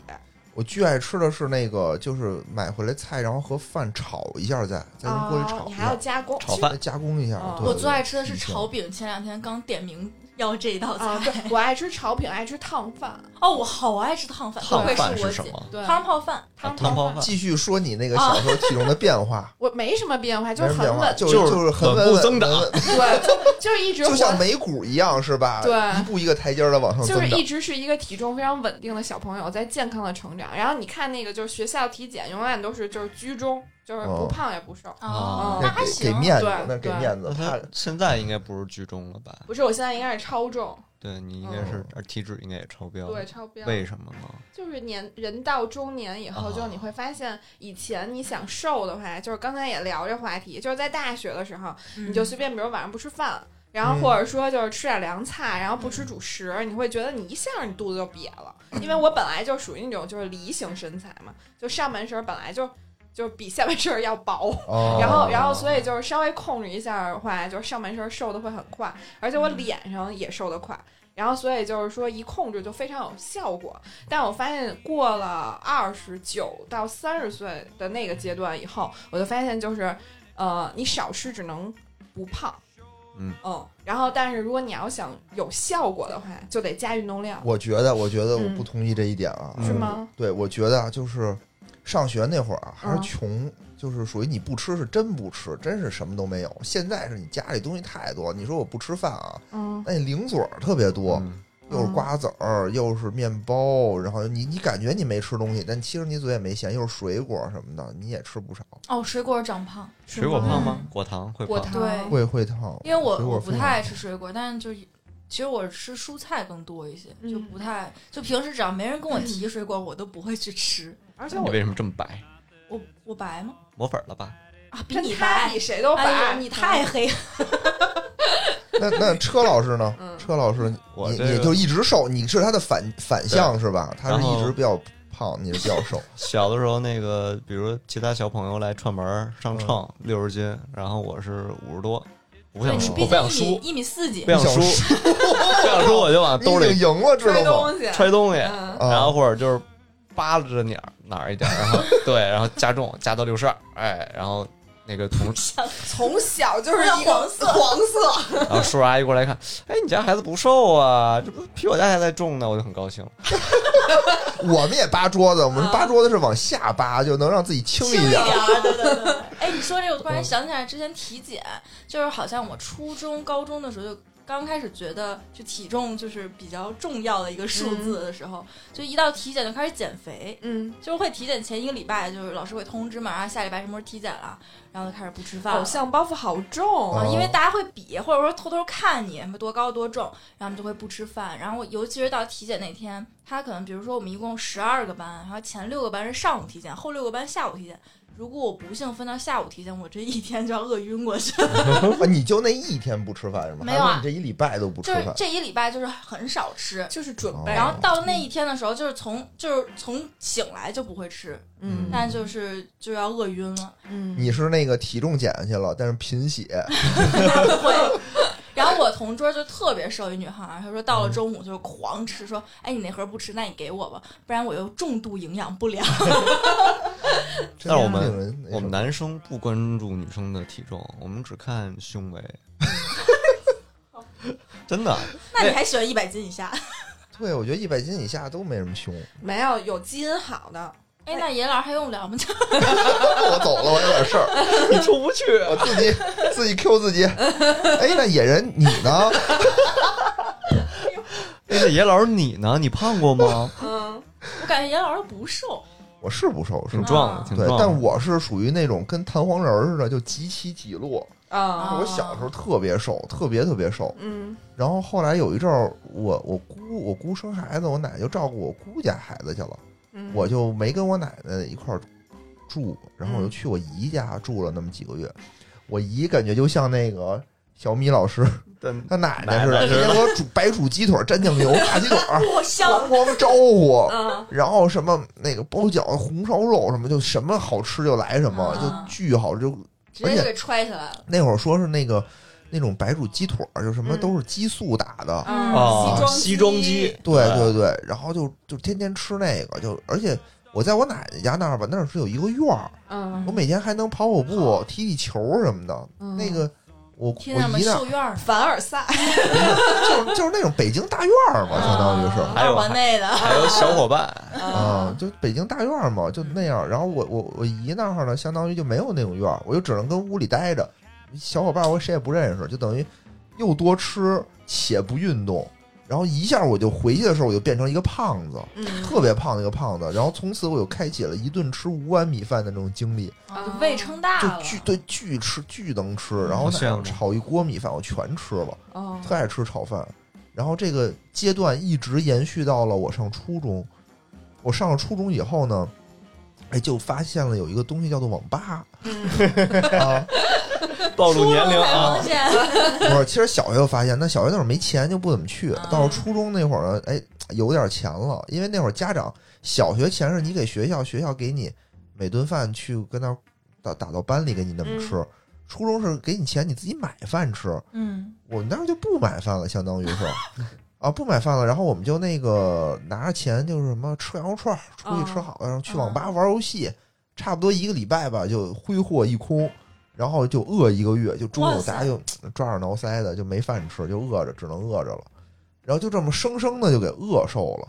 [SPEAKER 4] 我巨爱吃的是那个，就是买回来菜，然后和饭炒一下再，再用锅里
[SPEAKER 3] 哦
[SPEAKER 4] 炒，
[SPEAKER 3] 你
[SPEAKER 4] 一
[SPEAKER 3] 还要
[SPEAKER 4] 下，
[SPEAKER 3] 加工。
[SPEAKER 2] 炒
[SPEAKER 3] 其实
[SPEAKER 2] 饭
[SPEAKER 4] 再加工一下。
[SPEAKER 3] 哦
[SPEAKER 4] 对
[SPEAKER 1] 我最爱吃的是
[SPEAKER 4] 以前
[SPEAKER 1] 炒饼，前两天刚点名要这道
[SPEAKER 3] 啊，
[SPEAKER 1] 菜。
[SPEAKER 3] 对，我爱吃炒饼，爱吃烫饭，
[SPEAKER 1] 哦，我好爱吃烫饭，
[SPEAKER 2] 烫
[SPEAKER 1] 不愧
[SPEAKER 2] 饭
[SPEAKER 1] 是我
[SPEAKER 2] 是什
[SPEAKER 1] 姐
[SPEAKER 2] 么？
[SPEAKER 3] 对
[SPEAKER 1] 汤泡饭，
[SPEAKER 2] 啊
[SPEAKER 3] 汤
[SPEAKER 2] 汤泡
[SPEAKER 3] 饭。，
[SPEAKER 2] 饭，
[SPEAKER 4] 继续说你那个小时候体重的变化
[SPEAKER 3] 我没什么变化，哦 就
[SPEAKER 4] 没
[SPEAKER 3] 是
[SPEAKER 4] 什么
[SPEAKER 3] 很
[SPEAKER 4] 变化，
[SPEAKER 3] 稳，
[SPEAKER 4] 就是
[SPEAKER 2] 就是
[SPEAKER 4] 就是很
[SPEAKER 2] 稳
[SPEAKER 4] 稳
[SPEAKER 2] 步
[SPEAKER 4] 稳
[SPEAKER 2] 增长
[SPEAKER 4] 稳 稳
[SPEAKER 3] 对，就 就是一直
[SPEAKER 4] 就像
[SPEAKER 3] 活，
[SPEAKER 4] 眉骨一样，是吧？
[SPEAKER 3] 对
[SPEAKER 4] 一步一个台阶哦的往上
[SPEAKER 3] 就是
[SPEAKER 4] 增长
[SPEAKER 3] 一。直是一个体重非常稳定的小朋友，在健康的成长。然后你看那个，就是学校体检永远都是就是居中，就是不
[SPEAKER 4] 哦
[SPEAKER 3] 胖也不瘦。
[SPEAKER 1] 哦
[SPEAKER 2] 嗯，
[SPEAKER 1] 那
[SPEAKER 4] 那
[SPEAKER 1] 还
[SPEAKER 4] 给给
[SPEAKER 1] 行。啊
[SPEAKER 4] 面子
[SPEAKER 3] 对，
[SPEAKER 4] 那给
[SPEAKER 3] 对
[SPEAKER 4] 面子，
[SPEAKER 2] 那
[SPEAKER 4] 怕
[SPEAKER 2] 她现在应该不是居中了吧？
[SPEAKER 3] 不是，我现在应该是超重，
[SPEAKER 2] 对你应该是，而体脂应该也超标了。
[SPEAKER 3] 对，超标。
[SPEAKER 2] 哦为什么吗？
[SPEAKER 3] 就是年人到中年以后，
[SPEAKER 2] 啊
[SPEAKER 3] 就你会发现，以前你想瘦的话，就是刚才也聊这话题，就是在大学的时候，
[SPEAKER 1] 嗯
[SPEAKER 3] 你就随便，比如晚上不吃饭，然后或者说就是吃点凉菜，然后不吃主食，你会觉得你一下你肚子就瘪了。因为我本来就属于那种就是梨形身材嘛，就上半身本来就就比下半身要薄，
[SPEAKER 4] 哦
[SPEAKER 3] 然后，然后，所以就是稍微控制一下的话，就是上半身瘦的会很快，而且我
[SPEAKER 1] 嗯
[SPEAKER 3] 脸上也瘦的快。然后，所以就是说一控制就非常有效果。但我发现过了二十九到三十岁的那个阶段以后，我就发现就是，呃，你少吃只能不胖，
[SPEAKER 2] 嗯
[SPEAKER 3] 然后但是如果你要想有效果的话，就得加运动量，
[SPEAKER 4] 我觉得，我觉得我
[SPEAKER 3] 嗯
[SPEAKER 4] 不同意这一点
[SPEAKER 2] 嗯
[SPEAKER 4] 啊，
[SPEAKER 3] 是吗？
[SPEAKER 4] 对，我觉得啊，就是上学那会儿啊，还是
[SPEAKER 3] 嗯
[SPEAKER 4] 穷，就是属于你不吃是真不吃，真是什么都没有。现在是你家里东西太多，你说我不吃饭啊，
[SPEAKER 3] 嗯，
[SPEAKER 4] 那你零嘴儿特别多，
[SPEAKER 2] 嗯
[SPEAKER 4] 又是瓜子儿，又是面包，然后你你感觉你没吃东西，但其实你嘴也没闲，又是水果什么的，你也吃不少，
[SPEAKER 2] 嗯
[SPEAKER 1] 哦，水果长胖，
[SPEAKER 3] 是
[SPEAKER 2] 水果
[SPEAKER 3] 吗
[SPEAKER 2] 胖吗？果糖会
[SPEAKER 3] 果
[SPEAKER 2] 胖。
[SPEAKER 3] 糖
[SPEAKER 1] 对
[SPEAKER 4] 会会烫。
[SPEAKER 1] 因为我
[SPEAKER 4] 水果
[SPEAKER 1] 我不
[SPEAKER 4] 非常
[SPEAKER 1] 太爱吃水果，但是就其实我吃蔬菜更多一些，
[SPEAKER 3] 嗯
[SPEAKER 1] 就不太就平时只要没人 跟我提水果，我都不会去吃。
[SPEAKER 3] 而且
[SPEAKER 2] 你
[SPEAKER 3] 我
[SPEAKER 2] 为什么这么白？
[SPEAKER 1] 我我白吗？
[SPEAKER 2] 抹粉了吧？
[SPEAKER 1] 啊，比
[SPEAKER 3] 跟
[SPEAKER 1] 你
[SPEAKER 3] 他
[SPEAKER 1] 白
[SPEAKER 3] 比。谁都白，嗯
[SPEAKER 1] 哎呦，你太黑了！
[SPEAKER 4] 那那车老师呢？
[SPEAKER 3] 嗯
[SPEAKER 4] 车老师，
[SPEAKER 2] 我
[SPEAKER 4] 你
[SPEAKER 2] 这
[SPEAKER 4] 你
[SPEAKER 2] 个
[SPEAKER 4] 就一直瘦，你是他的反反向是吧？他
[SPEAKER 2] 然
[SPEAKER 4] 是一
[SPEAKER 2] 后
[SPEAKER 4] 直比较胖，你是比较 瘦。
[SPEAKER 2] 小的时候，那个比如其他小朋友来串门儿上秤六十斤，然后我是五十多，我不想输，
[SPEAKER 1] 对你
[SPEAKER 2] 我不想
[SPEAKER 1] 毕竟一
[SPEAKER 2] 输
[SPEAKER 1] 米，一米四几
[SPEAKER 2] 不，想输，不想输我就往
[SPEAKER 4] 你
[SPEAKER 2] 兜
[SPEAKER 4] 已
[SPEAKER 2] 里
[SPEAKER 4] 经赢了，知
[SPEAKER 3] 摔
[SPEAKER 4] 道吗？
[SPEAKER 3] 东西，
[SPEAKER 2] 揣东西，
[SPEAKER 3] 嗯，
[SPEAKER 4] 啊
[SPEAKER 2] 然后或者就是扒拉着点儿哪儿一点儿，然后对，然后加重加到六十二，哎，然后那个同事，
[SPEAKER 3] 从小就是一个
[SPEAKER 1] 黄色
[SPEAKER 3] 黄色，
[SPEAKER 2] 然后叔叔阿姨过来看，哎，你家孩子不瘦啊，这不比我家孩子还重呢，我就很高兴。
[SPEAKER 4] 我们也扒桌子，我们
[SPEAKER 1] 啊
[SPEAKER 4] 扒桌子是往下扒，就能让自己轻
[SPEAKER 1] 轻
[SPEAKER 4] 一点。
[SPEAKER 1] 儿，对对 对。哎，你说这个，我突
[SPEAKER 2] 嗯
[SPEAKER 1] 然想起来之前体检，就是好像我初中、高中的时候就刚开始觉得就体重就是比较重要的一个数
[SPEAKER 2] 嗯
[SPEAKER 1] 字的时候，就一到体检就开始减肥。
[SPEAKER 3] 嗯，
[SPEAKER 1] 就是会体检前一个礼拜，就是老师会通知嘛，然后下礼拜什么时候体检了，然后就开始不吃饭了。
[SPEAKER 2] 哦
[SPEAKER 3] 偶像包袱好重，
[SPEAKER 1] 啊，
[SPEAKER 4] 哦
[SPEAKER 1] 因为大家会比，或者说偷偷看你多高多重，然后就会不吃饭。然后尤其是到体检那天，他可能比如说我们一共十二个班，然后前六个班是上午体检，后六个班下午体检。如果我不幸分到下午体检，我这一天就要饿晕过去。
[SPEAKER 4] 啊 你就那一天不吃饭是吗？
[SPEAKER 1] 没有啊
[SPEAKER 4] 还是你这一礼拜都不吃
[SPEAKER 1] 就是
[SPEAKER 4] 饭。
[SPEAKER 1] 这一礼拜就是很少吃，
[SPEAKER 3] 就是准备，
[SPEAKER 1] 然后到那一天的时候，就是从就是从醒来就不会吃，
[SPEAKER 3] 嗯
[SPEAKER 1] 但就是就要饿晕了。
[SPEAKER 3] 嗯，
[SPEAKER 4] 你是那个体重减下去了，但是贫血，
[SPEAKER 1] 会。然后我同桌就特别瘦一女孩儿，她说到了中午就是狂吃，说：“哎，你那盒不吃，那你给我吧，不然我又重度营养不良。
[SPEAKER 4] 真是
[SPEAKER 2] 我们
[SPEAKER 4] 令人那
[SPEAKER 2] 我
[SPEAKER 4] 什
[SPEAKER 2] 们
[SPEAKER 4] 么
[SPEAKER 2] 男生不关注女生的体重，我们只看胸 围。真的，”
[SPEAKER 1] 那你还喜欢一百斤以下？
[SPEAKER 4] 对，我觉得一百斤以下都没什么胸。
[SPEAKER 3] 没有有基因好的，
[SPEAKER 1] 哎，那严老师还用聊吗？
[SPEAKER 4] 我走了，我有点事儿，
[SPEAKER 2] 你出不去。
[SPEAKER 4] 我自己自己 Q 自己。哎，那野人你呢？
[SPEAKER 2] 那个野老师，你呢？你胖过 吗？
[SPEAKER 3] 嗯，
[SPEAKER 1] 我感觉严老师不瘦，
[SPEAKER 4] 我是不瘦，是
[SPEAKER 2] 挺
[SPEAKER 4] 不瘦
[SPEAKER 2] 壮的，挺
[SPEAKER 4] 对，
[SPEAKER 2] 壮的。
[SPEAKER 4] 但我是属于那种跟弹簧人儿似的，就几起几落。
[SPEAKER 3] 啊，
[SPEAKER 1] 啊
[SPEAKER 4] 我小时候特别瘦，特别特别瘦。
[SPEAKER 3] 嗯，
[SPEAKER 4] 然后后来有一阵儿，我我姑我姑生孩子，我奶就照顾我姑家孩子去了，
[SPEAKER 3] 嗯
[SPEAKER 4] 我就没跟我奶奶一块儿住，然后我就
[SPEAKER 3] 嗯
[SPEAKER 4] 去我姨家住了那么几个月。我姨感觉就像那个小米老师
[SPEAKER 2] 但
[SPEAKER 4] 他奶奶似
[SPEAKER 2] 奶
[SPEAKER 4] 的，
[SPEAKER 2] 奶
[SPEAKER 4] 直
[SPEAKER 2] 似的
[SPEAKER 4] 接给我煮白煮鸡腿儿、蘸酱油、大鸡腿儿，
[SPEAKER 1] 我香。
[SPEAKER 4] 咣咣招呼。
[SPEAKER 3] 嗯
[SPEAKER 4] 然后什么那个包饺子、红烧肉什么，就什么好吃就来什么，
[SPEAKER 1] 啊
[SPEAKER 4] 就巨好。就
[SPEAKER 1] 直接就给揣起来了。
[SPEAKER 4] 那会儿说是那个那种白煮鸡腿儿，就什么
[SPEAKER 3] 嗯
[SPEAKER 4] 都是激素打的，
[SPEAKER 3] 嗯
[SPEAKER 2] 啊，
[SPEAKER 3] 西
[SPEAKER 2] 西
[SPEAKER 3] 装
[SPEAKER 2] 装机，
[SPEAKER 4] 对对对。然后就就天天吃那个，就而且我在我奶奶家那儿吧，那儿是有一个院儿，我
[SPEAKER 3] 嗯，
[SPEAKER 4] 每天还能跑跑步、踢踢球什么的。
[SPEAKER 3] 嗯
[SPEAKER 4] 那个我我姨
[SPEAKER 1] 听见吗？
[SPEAKER 4] 那儿
[SPEAKER 1] 秀院 儿
[SPEAKER 3] 凡尔赛，
[SPEAKER 4] 就是就是那种北京大院儿嘛，相当于是。
[SPEAKER 1] 啊
[SPEAKER 2] 还有
[SPEAKER 1] 完美的，
[SPEAKER 2] 还有小伙伴，
[SPEAKER 4] 啊，，就北京大院儿嘛，就那样儿。然后我我我姨那儿呢，相当于就没有那种院儿，我就只能跟屋里待着。小伙伴儿我谁也不认识，就等于又多吃且不运动，然后一下我就回去的时候我就变成一个胖子，
[SPEAKER 3] 嗯，
[SPEAKER 4] 特别胖的一个胖子。然后从此我又开启了一顿吃五碗米饭的那种经历，
[SPEAKER 1] 啊就胃撑大
[SPEAKER 4] 就
[SPEAKER 1] 了。
[SPEAKER 4] 巨对巨吃巨能吃。然后
[SPEAKER 2] 嗯好羡慕
[SPEAKER 4] 炒一锅米饭我全吃了，
[SPEAKER 3] 哦
[SPEAKER 4] 特爱吃炒饭。然后这个阶段一直延续到了我上初中。我上了初中以后呢，哎，就发现了有一个东西叫做网吧
[SPEAKER 3] 嗯
[SPEAKER 4] 啊。
[SPEAKER 2] 暴露年龄
[SPEAKER 1] 还
[SPEAKER 2] 啊
[SPEAKER 1] 发！现
[SPEAKER 4] 我说其实小学就发现，那小学那会儿没钱就不怎么去，到了初中那会儿呢，哎，有点钱了，因为那会儿家长小学钱是你给学校，学校给你每顿饭去跟那儿打打到班里给你那么吃。初中是给你钱，你自己买饭吃。
[SPEAKER 1] 嗯，
[SPEAKER 4] 我们当时就不买饭了，相当于是 啊，不买饭了。然后我们就那个拿着钱，就是什么吃羊肉串儿，出
[SPEAKER 1] 哦
[SPEAKER 4] 去吃好的，然后去
[SPEAKER 1] 嗯
[SPEAKER 4] 网吧玩游戏，差不多一个礼拜吧，就挥霍一空，然后就饿一个月，就中
[SPEAKER 1] 哇
[SPEAKER 4] 午
[SPEAKER 1] 塞
[SPEAKER 4] 大家就嗯抓耳挠腮的，就没饭吃，就饿着，只能饿着了。然后就这么生生的就给饿瘦了。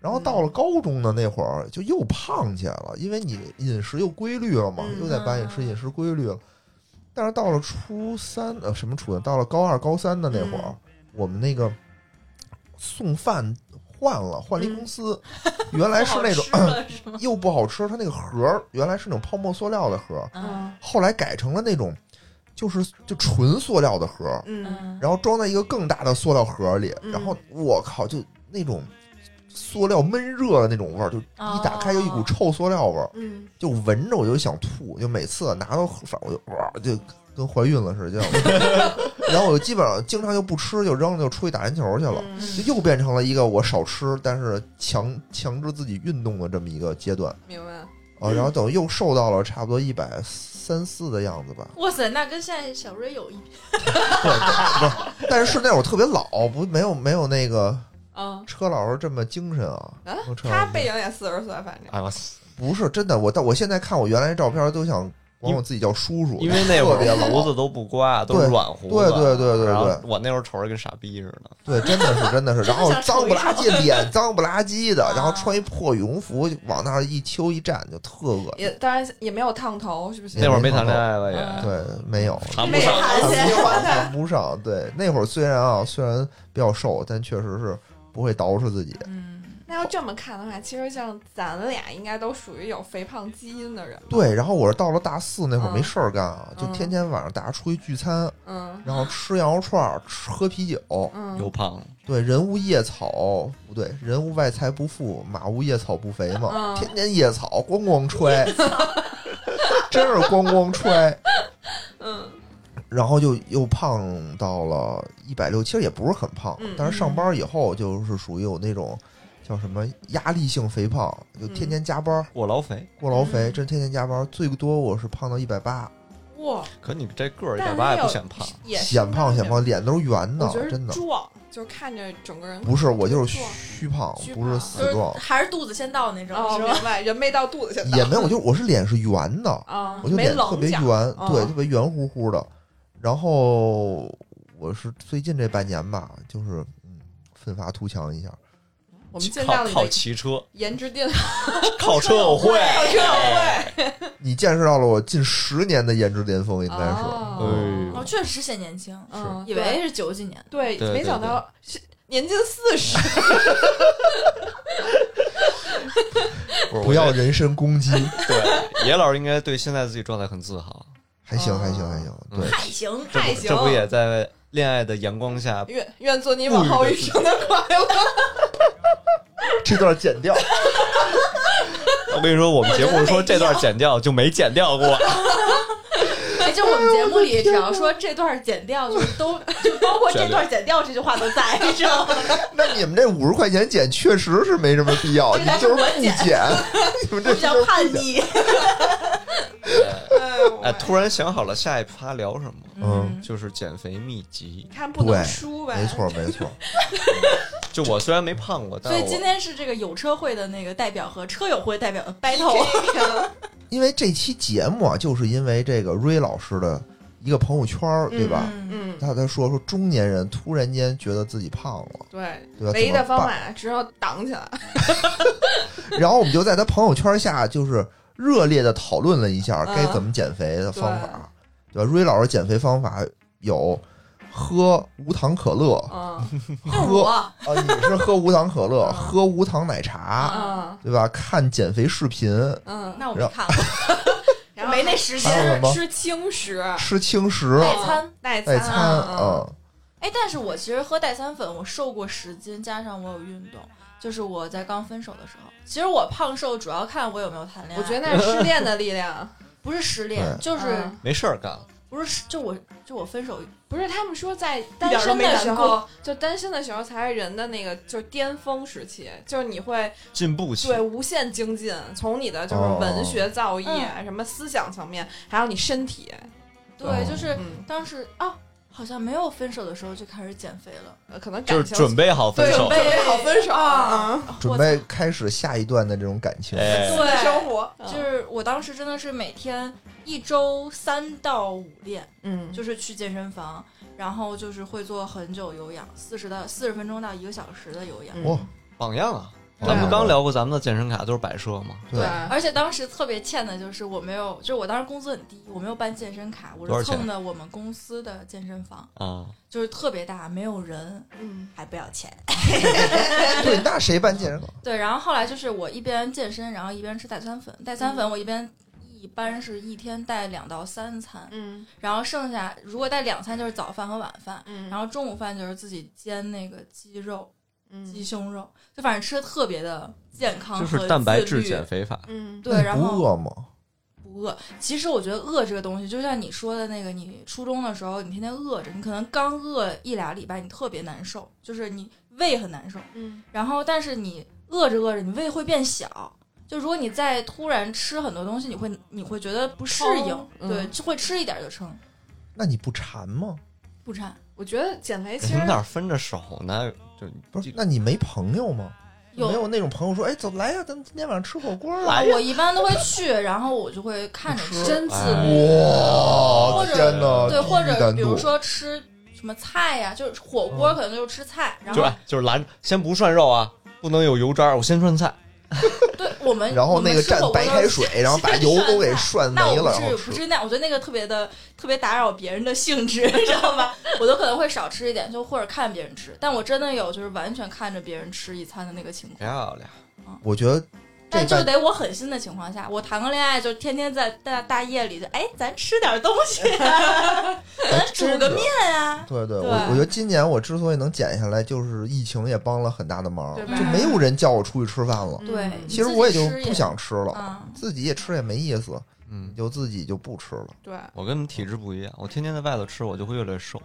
[SPEAKER 4] 然后
[SPEAKER 1] 嗯
[SPEAKER 4] 到了高中的那会儿，就又胖起来了，因为你饮食又规律了嘛，
[SPEAKER 3] 嗯
[SPEAKER 4] 又在班里吃饮食规律了。但是到了初三，呃，什么初三？到了高二、高三的那会儿，
[SPEAKER 3] 嗯
[SPEAKER 4] 我们那个送饭换了，换了一
[SPEAKER 3] 嗯
[SPEAKER 4] 公司，原来是那 种
[SPEAKER 1] 不好吃了是吗？
[SPEAKER 4] 又不好吃，它那个盒儿原来是那种泡沫塑料的盒儿，
[SPEAKER 1] 嗯
[SPEAKER 4] 后来改成了那种就是就纯塑料的盒儿，
[SPEAKER 3] 嗯
[SPEAKER 1] 嗯，
[SPEAKER 4] 然后装在一个更大的塑料盒儿里，
[SPEAKER 3] 嗯
[SPEAKER 4] 然后我靠，就那种塑料闷热的那种味儿，就一打开就
[SPEAKER 3] 哦
[SPEAKER 4] 一股臭塑料味儿，
[SPEAKER 3] 嗯，
[SPEAKER 4] 就闻着我就想吐，就每次啊拿到反我就哇，就跟怀孕了似的，就然后我基本上经常就不吃，就扔，就出去打篮球去了。
[SPEAKER 3] 嗯
[SPEAKER 4] 就又变成了一个我少吃，但是强强制自己运动的这么一个阶段。
[SPEAKER 3] 明白，
[SPEAKER 4] 哦，然后等于又瘦到了差不多一百三四的样子吧。
[SPEAKER 1] 哇塞，那跟现在小瑞有一拼。
[SPEAKER 4] 但是是那会儿特别老，不没有没有那个
[SPEAKER 3] 嗯，
[SPEAKER 4] 车老师这么精神啊。
[SPEAKER 3] 啊
[SPEAKER 4] 我车老
[SPEAKER 3] 他
[SPEAKER 4] 师
[SPEAKER 3] 背影也四十岁，反正
[SPEAKER 2] 哎我操
[SPEAKER 4] 不是真的，我到我现在看我原来照片都想管
[SPEAKER 2] 因
[SPEAKER 4] 我自己叫叔叔，
[SPEAKER 2] 因为那会
[SPEAKER 4] 特别
[SPEAKER 2] 儿胡
[SPEAKER 4] 老。
[SPEAKER 2] 子都不刮，都是
[SPEAKER 4] 对
[SPEAKER 2] 软胡
[SPEAKER 4] 对
[SPEAKER 2] 子。
[SPEAKER 4] 对对对
[SPEAKER 2] 然后
[SPEAKER 4] 对
[SPEAKER 2] 我那会儿瞅着跟傻逼似的，
[SPEAKER 4] 对，真的是真 的是，然后
[SPEAKER 1] 真的想
[SPEAKER 4] 脏
[SPEAKER 1] 数一
[SPEAKER 4] 不拉几，脸脏不拉几的
[SPEAKER 1] 啊，
[SPEAKER 4] 然后穿一破羽绒服往那儿一揪一站，就特恶
[SPEAKER 1] 哎
[SPEAKER 4] 心。
[SPEAKER 3] 也当然也没有烫头，是不是？
[SPEAKER 2] 那会儿没谈恋爱了也
[SPEAKER 1] 嗯
[SPEAKER 4] 对，没有，
[SPEAKER 2] 谈不
[SPEAKER 3] 内
[SPEAKER 2] 上。
[SPEAKER 3] 涵
[SPEAKER 1] 哎
[SPEAKER 4] 谈
[SPEAKER 3] 喜
[SPEAKER 4] 不
[SPEAKER 3] 欢
[SPEAKER 4] 上，
[SPEAKER 3] 他，
[SPEAKER 4] 谈不上。对，那会儿虽然啊，虽然比较瘦，但确实是不会捯饬自己。
[SPEAKER 1] 嗯，
[SPEAKER 3] 那要这么看的话，其实像咱俩应该都属于有肥胖基因的人。
[SPEAKER 4] 对，然后我是到了大四那会儿
[SPEAKER 3] 嗯
[SPEAKER 4] 没事儿干啊，就
[SPEAKER 3] 嗯
[SPEAKER 4] 天天晚上大家出去聚餐，
[SPEAKER 3] 嗯
[SPEAKER 4] 然后吃羊肉串儿，吃喝啤酒。
[SPEAKER 3] 嗯，
[SPEAKER 2] 又胖了，
[SPEAKER 4] 对，人无夜草，不对，人无外财不富，马无夜草不肥嘛，
[SPEAKER 3] 嗯
[SPEAKER 4] 天天夜草咣 咣吹，真是咣咣吹，
[SPEAKER 3] 嗯
[SPEAKER 4] 然后就又胖到了一百六，其实也不是很胖
[SPEAKER 3] 嗯，
[SPEAKER 4] 但是上班以后就是属于有那种叫什么压力性肥胖，就天天加班
[SPEAKER 2] 过劳肥。
[SPEAKER 4] 过劳肥，
[SPEAKER 1] 嗯
[SPEAKER 4] 真天天加班，最多我是胖到一百八，
[SPEAKER 3] 哇，
[SPEAKER 2] 可你这个儿一
[SPEAKER 3] 但
[SPEAKER 2] 百
[SPEAKER 3] 是
[SPEAKER 2] 八
[SPEAKER 3] 也
[SPEAKER 2] 也
[SPEAKER 3] 有
[SPEAKER 2] 不显胖，
[SPEAKER 3] 也是
[SPEAKER 4] 显胖
[SPEAKER 3] 那
[SPEAKER 4] 显胖，脸都是圆的
[SPEAKER 3] 我觉，得
[SPEAKER 4] 真的
[SPEAKER 3] 壮，就是看着整个人
[SPEAKER 4] 不是我就是
[SPEAKER 3] 是壮
[SPEAKER 4] 虚胖
[SPEAKER 3] 虚，
[SPEAKER 4] 不是
[SPEAKER 3] 胖
[SPEAKER 1] 就
[SPEAKER 4] 死
[SPEAKER 1] 是
[SPEAKER 4] 壮，
[SPEAKER 1] 还是肚子先到那种，
[SPEAKER 3] 哦，
[SPEAKER 1] 是吧？
[SPEAKER 3] 明白，人没到肚子去
[SPEAKER 4] 也没有，我就我是脸是圆的，
[SPEAKER 3] 啊，
[SPEAKER 4] 我就
[SPEAKER 3] 没
[SPEAKER 4] 脸特
[SPEAKER 3] 棱
[SPEAKER 4] 别
[SPEAKER 3] 角
[SPEAKER 4] 圆，
[SPEAKER 3] 嗯
[SPEAKER 4] 对，特别圆乎乎的。然后我是最近这半年吧，就是嗯，奋发图强一下。
[SPEAKER 3] 我们见到
[SPEAKER 2] 靠
[SPEAKER 3] 了你
[SPEAKER 2] 靠
[SPEAKER 3] 的
[SPEAKER 2] 骑车，
[SPEAKER 3] 颜值巅
[SPEAKER 2] 靠车友 会，
[SPEAKER 4] 你见识到了我近十年的颜值巅峰，应该是。
[SPEAKER 2] 嗯
[SPEAKER 1] 哦，确实显年轻，
[SPEAKER 3] 嗯，
[SPEAKER 1] 以为是九几年的。
[SPEAKER 3] 对，
[SPEAKER 2] 对
[SPEAKER 3] 没想到是年近四十，
[SPEAKER 2] 不是
[SPEAKER 4] 不
[SPEAKER 2] 我
[SPEAKER 4] 要
[SPEAKER 2] 觉
[SPEAKER 4] 人身攻击，
[SPEAKER 2] 得对，野老师应该对现在自己状态很自豪，
[SPEAKER 4] 还行，
[SPEAKER 3] 哦
[SPEAKER 4] 还行，还行。
[SPEAKER 2] 嗯
[SPEAKER 4] 对，
[SPEAKER 1] 太行，
[SPEAKER 2] 这
[SPEAKER 3] 太
[SPEAKER 2] 不
[SPEAKER 3] 行
[SPEAKER 2] 这不也在恋爱的阳光下
[SPEAKER 3] 愿愿做你往后余生的快乐。
[SPEAKER 4] 这段剪掉。
[SPEAKER 2] 我跟你说，我们节目说这段剪掉就没剪掉 过，
[SPEAKER 1] 哎，就我们节目 里，只要说这段剪掉，就是都就包括这段剪掉这句话都在， 你知道吗？
[SPEAKER 4] 那你们这五十块钱剪确实是没什么必 要，
[SPEAKER 1] 这
[SPEAKER 4] 你
[SPEAKER 1] 才是
[SPEAKER 4] 就是
[SPEAKER 1] 我
[SPEAKER 4] 不
[SPEAKER 1] 剪
[SPEAKER 4] 剪。你们这
[SPEAKER 1] 我比较
[SPEAKER 4] 就是不
[SPEAKER 1] 叛
[SPEAKER 4] 剪。
[SPEAKER 1] 逆。
[SPEAKER 3] 哎呦
[SPEAKER 2] 哎，突然想好了下一趴聊什么，
[SPEAKER 4] 嗯，
[SPEAKER 2] 就是减肥秘籍
[SPEAKER 3] 你。看不能输呗，
[SPEAKER 4] 没错，没错。
[SPEAKER 2] 就我虽然没胖过，但
[SPEAKER 1] 所以今
[SPEAKER 2] 我
[SPEAKER 1] 天是这个有车会的那个代表和车友会代表的 battle。
[SPEAKER 3] 头
[SPEAKER 4] 因为这期节目啊，就是因为这个瑞老师的一个朋友圈儿，对吧？
[SPEAKER 1] 嗯，
[SPEAKER 3] 嗯，
[SPEAKER 4] 他他说说中年人突然间觉得自己胖了，
[SPEAKER 3] 对，
[SPEAKER 4] 对吧？
[SPEAKER 3] 唯一的
[SPEAKER 4] 怎么
[SPEAKER 3] 方
[SPEAKER 4] 办。
[SPEAKER 3] 法只有挡起来。
[SPEAKER 4] 然后我们就在他朋友圈下就是热烈的讨论了一下
[SPEAKER 3] 嗯
[SPEAKER 4] 该怎么减肥的方法，对吧？瑞老师减肥方法有喝无糖可乐，
[SPEAKER 3] 嗯
[SPEAKER 1] 就是
[SPEAKER 4] 喝
[SPEAKER 1] 我，
[SPEAKER 4] 啊你是喝无糖可乐，
[SPEAKER 3] 嗯
[SPEAKER 4] 喝无糖奶 茶，
[SPEAKER 3] 嗯
[SPEAKER 4] 对吧？看减肥视频，
[SPEAKER 3] 嗯，
[SPEAKER 1] 那我没看过，
[SPEAKER 3] 然后
[SPEAKER 1] 没那时
[SPEAKER 4] 还有什
[SPEAKER 1] 间。
[SPEAKER 4] 么
[SPEAKER 3] 吃轻食、
[SPEAKER 4] 吃轻食、
[SPEAKER 1] 代餐，
[SPEAKER 3] 代
[SPEAKER 4] 代
[SPEAKER 3] 餐
[SPEAKER 4] 餐，
[SPEAKER 3] 啊，
[SPEAKER 4] 嗯
[SPEAKER 1] 哎，但是我其实喝代餐粉，我瘦过十斤，加上我有运动，就是我在刚分手的时候。其实我胖瘦主要看我有没有谈恋爱，
[SPEAKER 3] 嗯我觉得那是失恋的力量。
[SPEAKER 1] 不是失恋，
[SPEAKER 4] 对
[SPEAKER 1] 就是、
[SPEAKER 3] 嗯
[SPEAKER 2] 没事儿干了，
[SPEAKER 1] 不是就我就我分手，
[SPEAKER 3] 不是他们说在
[SPEAKER 1] 一
[SPEAKER 3] 单
[SPEAKER 1] 点都
[SPEAKER 3] 身
[SPEAKER 1] 没
[SPEAKER 3] 的
[SPEAKER 1] 难
[SPEAKER 3] 时候
[SPEAKER 1] 过，
[SPEAKER 3] 就单身的时候才是人的那个就是巅峰时期，就是你会
[SPEAKER 2] 进步期
[SPEAKER 3] 对无限精进，从你的就是文学造诣、啊、什么思想层面，还有你身体，
[SPEAKER 1] 对，
[SPEAKER 4] 哦
[SPEAKER 1] 就是
[SPEAKER 3] 嗯，
[SPEAKER 1] 当时啊，好像没有分手的时候就开始减肥了，
[SPEAKER 3] 呃可能
[SPEAKER 2] 就
[SPEAKER 3] 感
[SPEAKER 2] 是
[SPEAKER 3] 情
[SPEAKER 2] 准备好分
[SPEAKER 3] 对
[SPEAKER 2] 手
[SPEAKER 3] 准，备好分手啊，嗯
[SPEAKER 4] 准备开始下一段的这种感情。
[SPEAKER 2] 哎，
[SPEAKER 1] 对
[SPEAKER 3] 新嗯生活
[SPEAKER 1] 就
[SPEAKER 3] 就是
[SPEAKER 1] 是我当时真的是每天一周三到五练，
[SPEAKER 3] 嗯就
[SPEAKER 1] 就是去健身房，然后就是会做很久有氧，四十到四十分钟到一个小时的有
[SPEAKER 3] 嗯
[SPEAKER 1] 氧。
[SPEAKER 4] 哇
[SPEAKER 2] 榜样啊！
[SPEAKER 3] 对
[SPEAKER 2] 咱们刚聊过咱们的健身卡都是摆设嘛，
[SPEAKER 3] 对
[SPEAKER 4] 对，
[SPEAKER 1] 而且当时特别欠的就是我没有，就是我当时工资很低，我没有办健身卡，我
[SPEAKER 2] 多少
[SPEAKER 1] 是
[SPEAKER 2] 钱
[SPEAKER 1] 蹭的我们公司的健身房，
[SPEAKER 2] 啊，
[SPEAKER 1] 就是特别大，没有人，
[SPEAKER 3] 嗯
[SPEAKER 1] 还不要钱。
[SPEAKER 4] 对，那谁办健身房？
[SPEAKER 1] 对，然后后来就是我一边健身，然后一边吃代餐粉。代餐
[SPEAKER 3] 嗯
[SPEAKER 1] 粉我一边一般是一天带两到三餐，
[SPEAKER 3] 嗯
[SPEAKER 1] 然后剩下如果带两餐就是早饭和晚饭，
[SPEAKER 3] 嗯
[SPEAKER 1] 然后
[SPEAKER 3] 后
[SPEAKER 1] 中午饭就是自己煎那个鸡肉、鸡
[SPEAKER 3] 嗯
[SPEAKER 1] 胸肉，就反正吃的特别的健康
[SPEAKER 2] 就
[SPEAKER 1] 和
[SPEAKER 2] 是蛋白
[SPEAKER 1] 啊自
[SPEAKER 2] 质
[SPEAKER 1] 律
[SPEAKER 2] 减肥法，
[SPEAKER 3] 嗯
[SPEAKER 1] 对，
[SPEAKER 4] 那
[SPEAKER 1] 然
[SPEAKER 4] 你
[SPEAKER 1] 后
[SPEAKER 4] 不饿吗？
[SPEAKER 1] 不饿。其实我觉得饿这个东西，就像你说的那个，你初中的时候你天天饿着，你可能刚饿一俩礼拜，你特别难受，就是你胃很难受。
[SPEAKER 3] 嗯
[SPEAKER 1] 然后但是你饿着饿着，你胃会变小，就如果你再突然吃很多东西，你会你会觉得不适应
[SPEAKER 3] 撑，嗯
[SPEAKER 1] 对，就会吃一点就撑，
[SPEAKER 4] 那你不馋吗？
[SPEAKER 1] 不馋。
[SPEAKER 3] 我觉得减肥其
[SPEAKER 2] 你
[SPEAKER 3] 实
[SPEAKER 2] 们哪分着手呢？就
[SPEAKER 4] 不是
[SPEAKER 2] 就，
[SPEAKER 4] 那你没朋友吗？
[SPEAKER 1] 有
[SPEAKER 4] 没有那种朋友说，哎，走来呀，咱们今天晚上吃火锅啊
[SPEAKER 2] 来
[SPEAKER 1] 我一般都会去，然后我就会看着吃，
[SPEAKER 3] 真自
[SPEAKER 2] 哎
[SPEAKER 3] 律。
[SPEAKER 4] 哇
[SPEAKER 1] 或者
[SPEAKER 4] 天哪！
[SPEAKER 1] 对，或
[SPEAKER 4] 地狱
[SPEAKER 1] 者
[SPEAKER 4] 难
[SPEAKER 1] 比如
[SPEAKER 4] 度
[SPEAKER 1] 说吃什么菜呀、就是火锅可能就是吃菜，然
[SPEAKER 2] 就
[SPEAKER 1] 后
[SPEAKER 2] 哎就是拦，先不涮肉啊，不能有油渣儿，我先涮菜。
[SPEAKER 1] 对我们，
[SPEAKER 4] 然后
[SPEAKER 1] 我们
[SPEAKER 4] 那个
[SPEAKER 1] 吃
[SPEAKER 4] 蘸
[SPEAKER 1] 火锅
[SPEAKER 4] 白
[SPEAKER 1] 都
[SPEAKER 4] 开
[SPEAKER 1] 是
[SPEAKER 4] 水，然后把油都给涮
[SPEAKER 1] 那
[SPEAKER 4] 没
[SPEAKER 1] 我
[SPEAKER 4] 了，
[SPEAKER 1] 不
[SPEAKER 4] 然后
[SPEAKER 1] 是不
[SPEAKER 4] 吃。
[SPEAKER 1] 是那，我觉得那个特别的特别打扰别人的兴致， 知道吧？我都可能会少吃一点，就或者看别人吃。但我真的有就是完全看着别人吃一餐的那个情况，
[SPEAKER 2] 漂亮，
[SPEAKER 4] 我觉得这
[SPEAKER 1] 但就
[SPEAKER 4] 半
[SPEAKER 1] 得我狠心的情况下，我谈个恋爱就天天在大大夜里就哎，咱吃点东西、啊， 咱煮个面啊，
[SPEAKER 4] 哎对对，
[SPEAKER 1] 对
[SPEAKER 4] 我我觉得今年我之所以能减下来，就是疫情也帮了很大的忙，
[SPEAKER 3] 对吧
[SPEAKER 4] 就没有人叫我出去吃饭了。
[SPEAKER 3] 嗯
[SPEAKER 1] 对，
[SPEAKER 4] 其实我也就
[SPEAKER 1] 你自己吃
[SPEAKER 4] 不想吃了，
[SPEAKER 1] 啊。
[SPEAKER 4] 自己也吃也没意思，
[SPEAKER 2] 嗯，
[SPEAKER 4] 就自己就不吃了
[SPEAKER 3] 对，
[SPEAKER 2] 我跟你们体质不一样，我天天在外头吃，我就会越来越瘦。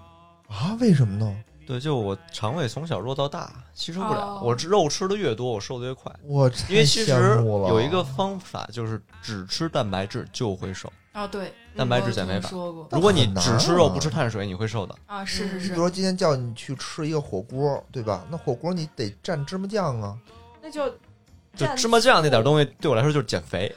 [SPEAKER 4] 啊？为什么呢？
[SPEAKER 2] 对，就我肠胃从小弱到大，吸收不了。
[SPEAKER 1] 哦
[SPEAKER 2] 我吃肉吃的越多，我瘦的越快。
[SPEAKER 4] 我
[SPEAKER 2] 因为其实有一个方法，就是只吃蛋白质就会瘦。
[SPEAKER 1] 啊，对，
[SPEAKER 2] 蛋白
[SPEAKER 3] 嗯
[SPEAKER 2] 质减
[SPEAKER 1] 我
[SPEAKER 2] 肥
[SPEAKER 1] 有听
[SPEAKER 2] 法
[SPEAKER 1] 说过
[SPEAKER 4] 那
[SPEAKER 2] 如果你
[SPEAKER 4] 很难
[SPEAKER 2] 只吃肉
[SPEAKER 4] 啊
[SPEAKER 2] 不吃碳水，你会瘦的。
[SPEAKER 1] 啊，是是
[SPEAKER 3] 嗯
[SPEAKER 4] 比
[SPEAKER 1] 是
[SPEAKER 4] 如，说今天叫你去吃一个火锅，对吧？那火锅你得蘸芝麻酱啊，
[SPEAKER 3] 那就
[SPEAKER 2] 就
[SPEAKER 3] 蘸
[SPEAKER 2] 芝麻酱那点东西对我来说就是减 肥。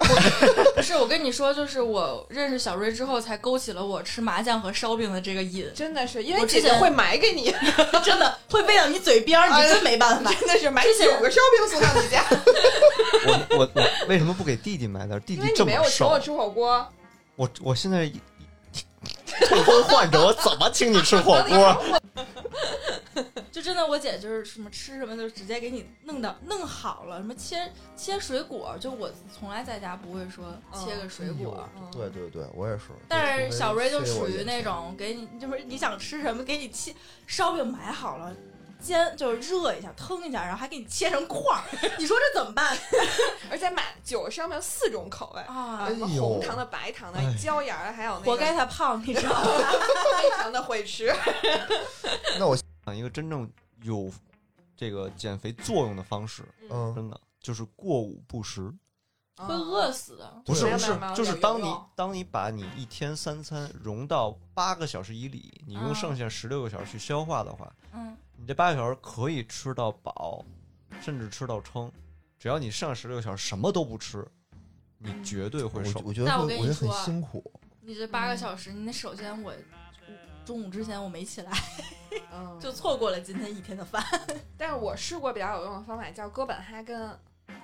[SPEAKER 1] 不是我跟你说，就是我认识小瑞之后，才勾起了我吃麻酱和烧饼的这个瘾，
[SPEAKER 3] 真的是，因为
[SPEAKER 1] 我
[SPEAKER 3] 姐
[SPEAKER 1] 之
[SPEAKER 3] 姐
[SPEAKER 1] 前
[SPEAKER 3] 会买给你，
[SPEAKER 1] 真的会喂到你嘴边儿，你真没办法。
[SPEAKER 3] 真的是买
[SPEAKER 1] 之前
[SPEAKER 3] 九个烧饼送到你家，
[SPEAKER 2] 我我我为什么不给弟弟买点？弟
[SPEAKER 3] 因
[SPEAKER 2] 弟
[SPEAKER 3] 为你
[SPEAKER 2] 这
[SPEAKER 3] 没
[SPEAKER 2] 么
[SPEAKER 3] 有请
[SPEAKER 2] 瘦
[SPEAKER 3] 我，吃火锅，
[SPEAKER 2] 我我现在一一痛风患者，我怎么请你吃火 锅？
[SPEAKER 1] 就真的，我姐就是什么吃什么，就直接给你弄到弄好了，什么切切水果，就我从来在家不会说切个水果。
[SPEAKER 2] 哎
[SPEAKER 3] 嗯
[SPEAKER 4] 对对对，我也是。
[SPEAKER 1] 但是小瑞就
[SPEAKER 4] 这个
[SPEAKER 1] 属
[SPEAKER 4] 我也
[SPEAKER 1] 于那种给你，就是你想吃什么，给你切烧饼买好了，煎就是热一下，腾一下，然后还给你切成块儿，你说这怎么办
[SPEAKER 3] 而且买九个烧饼四种口味。啊，
[SPEAKER 1] 啊
[SPEAKER 4] 哎？
[SPEAKER 3] 什么
[SPEAKER 4] 呦
[SPEAKER 3] 红糖的、白糖的
[SPEAKER 2] 哎、
[SPEAKER 3] 椒盐儿的，还有那
[SPEAKER 1] 活
[SPEAKER 3] 个
[SPEAKER 1] 该她胖，你 知道吗？
[SPEAKER 3] 黑糖的会吃。
[SPEAKER 4] 那我
[SPEAKER 2] 想一个真正有这个减肥作用的方式，
[SPEAKER 4] 嗯，
[SPEAKER 2] 真的就是过午不食。
[SPEAKER 3] 嗯
[SPEAKER 1] 会饿死的。
[SPEAKER 2] 不是
[SPEAKER 4] 没
[SPEAKER 2] 不
[SPEAKER 4] 有
[SPEAKER 2] 是
[SPEAKER 3] 没有，
[SPEAKER 2] 就是
[SPEAKER 3] 有
[SPEAKER 2] 当
[SPEAKER 3] 有
[SPEAKER 2] 你
[SPEAKER 3] 有
[SPEAKER 2] 当你把你一天三餐融到八个小时以里，你用
[SPEAKER 1] 啊
[SPEAKER 2] 剩下十六个小时去消化的话，
[SPEAKER 1] 嗯，
[SPEAKER 2] 你这八个小时可以吃到饱，甚至吃到撑。只要你剩下十六个小时什么都不吃，你绝对
[SPEAKER 4] 我
[SPEAKER 2] 会瘦。
[SPEAKER 4] 我觉得
[SPEAKER 1] 但我
[SPEAKER 4] 会
[SPEAKER 1] 跟你
[SPEAKER 4] 我觉得很
[SPEAKER 1] 说啊
[SPEAKER 4] 辛苦。
[SPEAKER 1] 你这八个小时，你那首先我中午之前我没起来，
[SPEAKER 3] 嗯，
[SPEAKER 1] 就错过了今天一天的饭。
[SPEAKER 3] 但是我试过比较有用的方法，叫哥本哈根，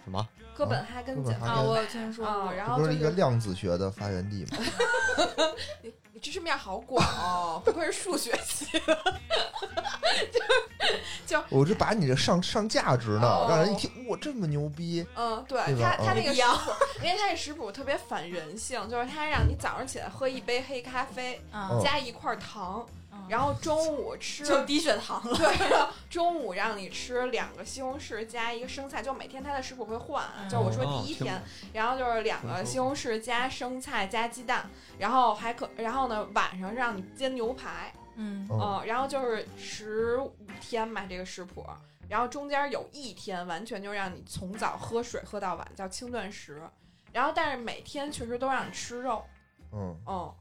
[SPEAKER 2] 什么？
[SPEAKER 3] 哥本哈根
[SPEAKER 4] 哥
[SPEAKER 3] 减
[SPEAKER 4] 本
[SPEAKER 3] 肥
[SPEAKER 4] 哈啊
[SPEAKER 1] 我有听说
[SPEAKER 3] 啊，然
[SPEAKER 4] 这
[SPEAKER 3] 后
[SPEAKER 4] 不
[SPEAKER 3] 就是
[SPEAKER 4] 一个
[SPEAKER 3] 是
[SPEAKER 4] 量子学的发源地吗？
[SPEAKER 3] 你知识面好广哦，不愧是数学系的。
[SPEAKER 4] 我就把你这上上价值呢
[SPEAKER 3] 哦，
[SPEAKER 4] 让人一听哇这么牛逼，
[SPEAKER 3] 嗯，对
[SPEAKER 4] 对吧
[SPEAKER 3] 他他
[SPEAKER 4] 嗯
[SPEAKER 3] 那个
[SPEAKER 1] 一
[SPEAKER 3] 食
[SPEAKER 1] 样
[SPEAKER 3] 谱，因为他这食谱特别反人性，就是他让你早上起来喝一杯黑咖啡，
[SPEAKER 4] 哦
[SPEAKER 1] 啊，
[SPEAKER 3] 加一块糖，
[SPEAKER 1] 然
[SPEAKER 3] 然后中午吃
[SPEAKER 1] 后就低血糖了。
[SPEAKER 3] 对，中午让你吃两个西红柿加一个生菜，就每天它的食谱会换啊。就我说
[SPEAKER 2] 哦
[SPEAKER 3] 第一
[SPEAKER 2] 听
[SPEAKER 3] 天
[SPEAKER 2] 过，
[SPEAKER 3] 然后就是两个西红柿加生菜加鸡蛋，然后还可，然后呢晚上让你煎牛排，
[SPEAKER 1] 嗯
[SPEAKER 4] 嗯
[SPEAKER 3] 嗯，然后就是十五天吧这个食谱，然后中间有一天完全就让你从早喝水喝到晚，叫轻断食。然后，但是每天确实都让你吃肉，
[SPEAKER 4] 嗯，
[SPEAKER 3] 嗯，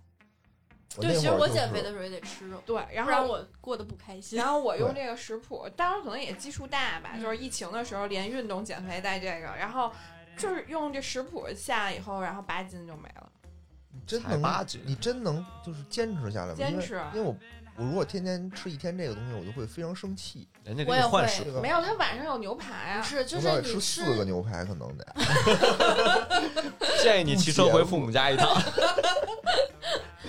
[SPEAKER 4] 我
[SPEAKER 1] 对，
[SPEAKER 4] 那
[SPEAKER 1] 其实
[SPEAKER 4] 会儿
[SPEAKER 1] 我
[SPEAKER 4] 就
[SPEAKER 1] 减
[SPEAKER 4] 是
[SPEAKER 1] 肥的时候也得吃肉，
[SPEAKER 3] 对。然
[SPEAKER 1] 不
[SPEAKER 3] 后
[SPEAKER 1] 然我过得不开心
[SPEAKER 3] 然。后我用
[SPEAKER 4] 对
[SPEAKER 3] 这个食谱，当然可能也基数大吧，
[SPEAKER 1] 嗯
[SPEAKER 3] 就是疫情的时候连运动减肥带这个，然后就是用这食谱下来以后，然后八斤就没了。
[SPEAKER 4] 你真
[SPEAKER 2] 才八
[SPEAKER 4] 能，
[SPEAKER 2] 斤
[SPEAKER 4] 你真能就是坚持下来吗？
[SPEAKER 3] 坚
[SPEAKER 4] 因为
[SPEAKER 3] 持
[SPEAKER 4] 因为我我如果天天吃一天这个东西，我就会非常生气，
[SPEAKER 2] 人家给
[SPEAKER 1] 我
[SPEAKER 2] 你
[SPEAKER 1] 也
[SPEAKER 2] 换
[SPEAKER 1] 会
[SPEAKER 2] 食
[SPEAKER 4] 对吧
[SPEAKER 3] 没？有，他晚上有牛排
[SPEAKER 1] 不
[SPEAKER 3] 啊，
[SPEAKER 1] 是，就
[SPEAKER 4] 我得
[SPEAKER 1] 是
[SPEAKER 4] 吃
[SPEAKER 1] 你
[SPEAKER 4] 四个牛排可能得，
[SPEAKER 2] 建议你骑车回父母家一趟。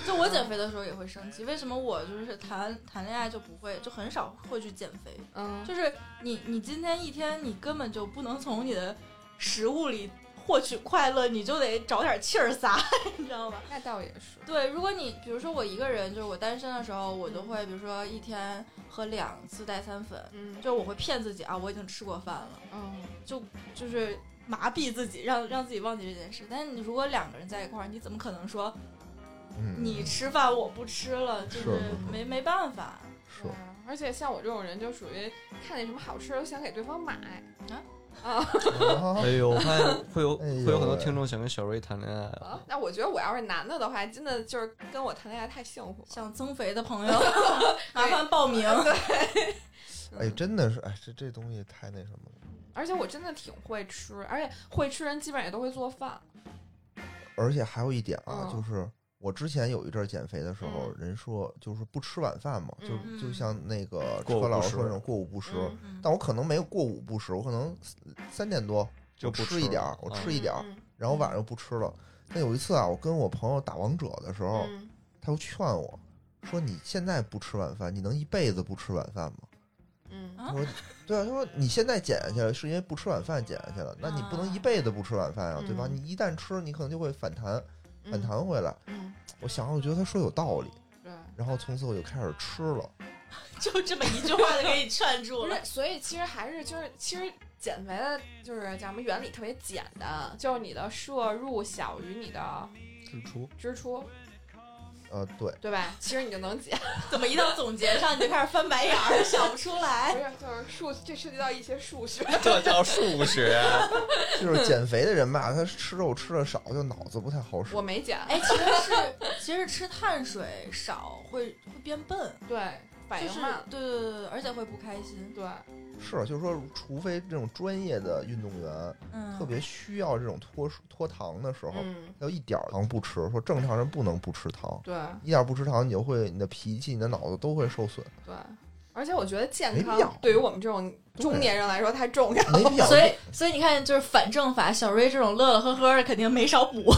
[SPEAKER 1] 就我减肥的时候也会生气。为什么我就是谈谈恋爱就不会，就很少会去减肥？
[SPEAKER 3] 嗯，
[SPEAKER 1] 就是你，你今天一天你根本就不能从你的食物里获取快乐，你就得找点气儿撒， 你知道吗？
[SPEAKER 3] 那倒也是。
[SPEAKER 1] 对，如果你比如说我一个人，就是我单身的时候，我就会比如说一天喝两次代餐粉，
[SPEAKER 3] 嗯
[SPEAKER 1] 就是我会骗自己啊，我已经吃过饭了，
[SPEAKER 3] 嗯，
[SPEAKER 1] 就是麻痹自己，让让自己忘记这件事。但是你如果两个人在一块儿，你怎么可能说
[SPEAKER 4] 嗯，
[SPEAKER 1] 你吃饭我不吃了？就是是没没办法。
[SPEAKER 4] 是
[SPEAKER 3] 嗯对。而且像我这种人，就属于看见什么好吃都想给对方买
[SPEAKER 1] 啊。
[SPEAKER 4] 啊
[SPEAKER 3] 哦
[SPEAKER 2] 哎 呦，我发现会有
[SPEAKER 4] 哎呦喂
[SPEAKER 2] 会有很多听众想跟小瑞谈恋爱啊。
[SPEAKER 3] 啊那我觉得我要是男的的话，真的就是跟我谈恋爱太幸福了。
[SPEAKER 1] 想增肥的朋友麻烦报名。
[SPEAKER 4] 哎，真的是，哎，这这东西太那什么了，
[SPEAKER 3] 嗯而且我真的挺会吃，而且会吃人基本上也都会做饭。
[SPEAKER 4] 而且还有一点啊，
[SPEAKER 3] 嗯
[SPEAKER 4] 就是我之前有一阵儿减肥的时候，
[SPEAKER 3] 嗯
[SPEAKER 4] 人说就是不吃晚饭嘛，
[SPEAKER 3] 嗯
[SPEAKER 4] 就就像那个
[SPEAKER 2] 过午
[SPEAKER 4] 车老
[SPEAKER 2] 不
[SPEAKER 4] 师
[SPEAKER 2] 食
[SPEAKER 4] 说那种过午不食，
[SPEAKER 3] 嗯
[SPEAKER 1] 嗯
[SPEAKER 4] 但我可能没有过午不食，我可能三点多
[SPEAKER 2] 就
[SPEAKER 4] 我
[SPEAKER 2] 不
[SPEAKER 4] 吃一点儿
[SPEAKER 2] 了，
[SPEAKER 4] 我
[SPEAKER 2] 啊
[SPEAKER 4] 吃一点儿，
[SPEAKER 3] 嗯
[SPEAKER 4] 然后晚上又不吃了。那有一次啊，我跟我朋友打王者的时候，
[SPEAKER 3] 嗯
[SPEAKER 4] 他又劝我说：“你现在不吃晚饭，你能一辈子不吃晚饭吗？”
[SPEAKER 3] 嗯
[SPEAKER 1] 啊
[SPEAKER 4] 他说：“对啊，他说你现在减下去了，是因为不吃晚饭减下去了，那你不能一辈子不吃晚饭啊，对吧？
[SPEAKER 3] 啊嗯
[SPEAKER 4] 你一旦吃，你可能就会反弹，
[SPEAKER 3] 嗯
[SPEAKER 4] 反弹哦回来。
[SPEAKER 3] 嗯，”
[SPEAKER 4] 我想了，我觉得他说有道理，
[SPEAKER 3] 对。
[SPEAKER 4] 然后从此我就开始吃了。
[SPEAKER 1] 就这么一句话就给你劝住
[SPEAKER 3] 不
[SPEAKER 1] 了
[SPEAKER 3] 是，。所以其实还是就是其实减肥的就是叫什么原理特别简单，就是你的摄入小于你的
[SPEAKER 2] 支出
[SPEAKER 3] 支出，
[SPEAKER 4] 呃，对，
[SPEAKER 3] 对吧？其实你就能减。
[SPEAKER 1] 怎么一到总结上你就开始翻白眼儿，想不出
[SPEAKER 3] 不
[SPEAKER 1] 来？
[SPEAKER 3] 是，哎就是数，这涉及到一些数学。
[SPEAKER 2] 这叫数学。啊
[SPEAKER 4] 就是减肥的人吧，他吃肉吃的少，就脑子不太好使
[SPEAKER 3] 我。没减，
[SPEAKER 1] 哎，其实是其实吃碳水少会会变笨，
[SPEAKER 3] 对，反
[SPEAKER 1] 就
[SPEAKER 3] 应
[SPEAKER 1] 是
[SPEAKER 3] 慢，
[SPEAKER 1] 对对对对，而且会不开心。
[SPEAKER 3] 对，
[SPEAKER 4] 哦是，啊就是说，除非这种专业的运动员
[SPEAKER 1] 嗯，
[SPEAKER 4] 特别需要这种脱水脱糖的时候，
[SPEAKER 3] 嗯，
[SPEAKER 4] 要一点儿糖不吃，说正常人不能不吃糖，
[SPEAKER 3] 对
[SPEAKER 4] 一点儿不吃糖，你就会你的脾气、你的脑子都会受损，
[SPEAKER 3] 对。而且我觉得健
[SPEAKER 4] 没
[SPEAKER 3] 康
[SPEAKER 4] 必要
[SPEAKER 3] 对于我们这种中年人来说太重要了。
[SPEAKER 4] 没必要。
[SPEAKER 1] 所以所以你看，就是反正法，小瑞这种乐乐呵呵的肯定没少 补。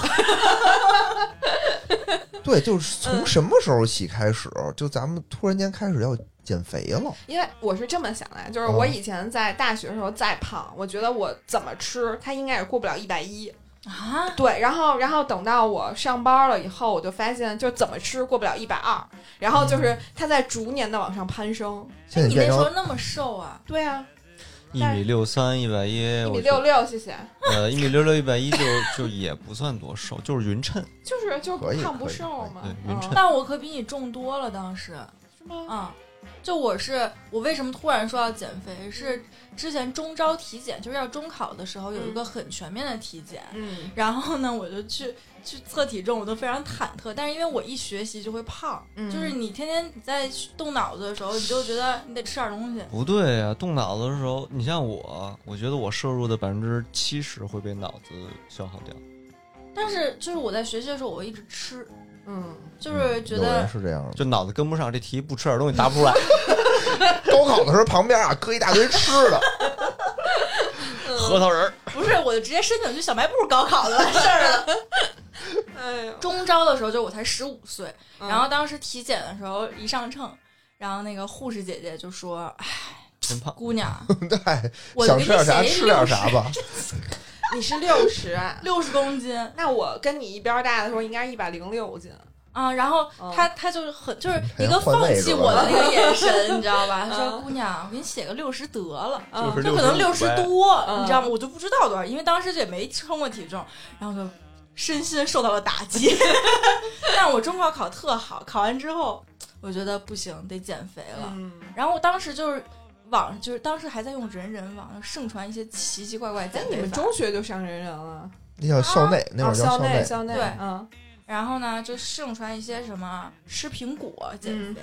[SPEAKER 4] 对，就是
[SPEAKER 3] 嗯
[SPEAKER 4] 从什么时候起开始，就咱们突然间开始要减肥了？
[SPEAKER 3] 因为我是这么想的，
[SPEAKER 4] 啊
[SPEAKER 3] 就是我以前在大学的时候再胖，我觉得我怎么吃，它应该也过不了一百一。
[SPEAKER 1] 啊，
[SPEAKER 3] 对，然后然后等到我上班了以后，我就发现就怎么吃过不了一百二，然后
[SPEAKER 4] 嗯
[SPEAKER 3] 就是它在逐年的往上攀升。
[SPEAKER 4] 现
[SPEAKER 1] 哎
[SPEAKER 4] 在
[SPEAKER 1] 你那
[SPEAKER 4] 变
[SPEAKER 1] 时候
[SPEAKER 4] 成
[SPEAKER 1] 那么瘦啊？
[SPEAKER 3] 对啊，
[SPEAKER 2] 一米六三，一百一，
[SPEAKER 4] 哎
[SPEAKER 3] 一
[SPEAKER 2] 我
[SPEAKER 3] 米
[SPEAKER 2] 觉得
[SPEAKER 3] 六六，谢谢。
[SPEAKER 2] 呃，一米六六，一百一就就也不算多瘦，就是匀称。
[SPEAKER 3] 就是就是不
[SPEAKER 4] 可以
[SPEAKER 3] 胖不
[SPEAKER 4] 可以
[SPEAKER 3] 瘦
[SPEAKER 4] 可以
[SPEAKER 3] 嘛，
[SPEAKER 2] 对
[SPEAKER 3] 嗯
[SPEAKER 2] 匀称
[SPEAKER 1] 但我可比你重多了，当时，
[SPEAKER 3] 是吗？
[SPEAKER 1] 嗯，就我是我为什么突然说要减肥，是之前中招体检，就是要中考的时候有一个很全面的体检，
[SPEAKER 3] 嗯
[SPEAKER 1] 然后呢，我就去去测体重，我都非常忐忑。但是因为我一学习就会胖，
[SPEAKER 3] 嗯
[SPEAKER 1] 就是你天天你在动脑子的时候，你就觉得你得吃点东西。
[SPEAKER 2] 不对呀、动脑子的时候，你像我，我觉得我摄入的百分之七十会被脑子消耗掉。
[SPEAKER 1] 但是就是我在学习的时候，我会一直吃，
[SPEAKER 3] 嗯，
[SPEAKER 1] 就是觉
[SPEAKER 4] 有哎人
[SPEAKER 1] 得
[SPEAKER 4] 是这样的。
[SPEAKER 2] 就脑子跟不上这题，不吃点东西答不 出来。
[SPEAKER 4] 高考的 时候旁边啊搁一大堆吃 的，
[SPEAKER 2] 核桃仁儿，
[SPEAKER 1] 不是，我就直接申请去小卖部高考了， 完事儿了。
[SPEAKER 3] 哎呦，
[SPEAKER 1] 中招的时候，就我才十五岁，
[SPEAKER 3] 嗯
[SPEAKER 1] 然后当时体检的时候一上秤，然后那个护士姐姐就说哎
[SPEAKER 2] 真胖：“。
[SPEAKER 1] 姑 娘，
[SPEAKER 4] 对，
[SPEAKER 1] 我就给
[SPEAKER 4] 想吃
[SPEAKER 1] 你
[SPEAKER 4] 点啥
[SPEAKER 1] 写一
[SPEAKER 4] 吃点啥吧。
[SPEAKER 3] 你是六十，
[SPEAKER 1] 六十公斤
[SPEAKER 3] 那我跟你一边大的时候应该是一百零六斤。
[SPEAKER 1] 啊。”然后
[SPEAKER 3] 嗯
[SPEAKER 1] 她她就是很就是
[SPEAKER 4] 还
[SPEAKER 1] 一个
[SPEAKER 4] 换
[SPEAKER 1] 放
[SPEAKER 4] 位
[SPEAKER 1] 弃
[SPEAKER 4] 置了
[SPEAKER 1] 我的那个眼神，你知道吧？她说：“
[SPEAKER 3] 嗯
[SPEAKER 1] 姑娘，我给你写个六十得了。”
[SPEAKER 2] 就是
[SPEAKER 1] 就可能六十
[SPEAKER 2] 65呗
[SPEAKER 1] 多，
[SPEAKER 3] 嗯
[SPEAKER 1] 你知道吗？我就不知道多少，因为当时也没称过体重，然后就身心受到了打击。 但我中考考特好，考完之后我觉得不行，得减肥了。
[SPEAKER 3] 嗯，
[SPEAKER 1] 然后我当时就是网，就是当时还在用人人网盛传一些奇奇怪怪
[SPEAKER 3] 哎
[SPEAKER 1] 减，
[SPEAKER 3] 你
[SPEAKER 1] 肥
[SPEAKER 3] 们
[SPEAKER 1] 法。
[SPEAKER 3] 中学就上人人了？
[SPEAKER 4] 那叫校内，那会
[SPEAKER 3] 哦
[SPEAKER 4] 儿叫
[SPEAKER 3] 校
[SPEAKER 4] 内。
[SPEAKER 3] 校内，
[SPEAKER 1] 对
[SPEAKER 3] 嗯
[SPEAKER 1] 然后呢，就盛传一些什么吃苹果减
[SPEAKER 3] 嗯
[SPEAKER 1] 肥，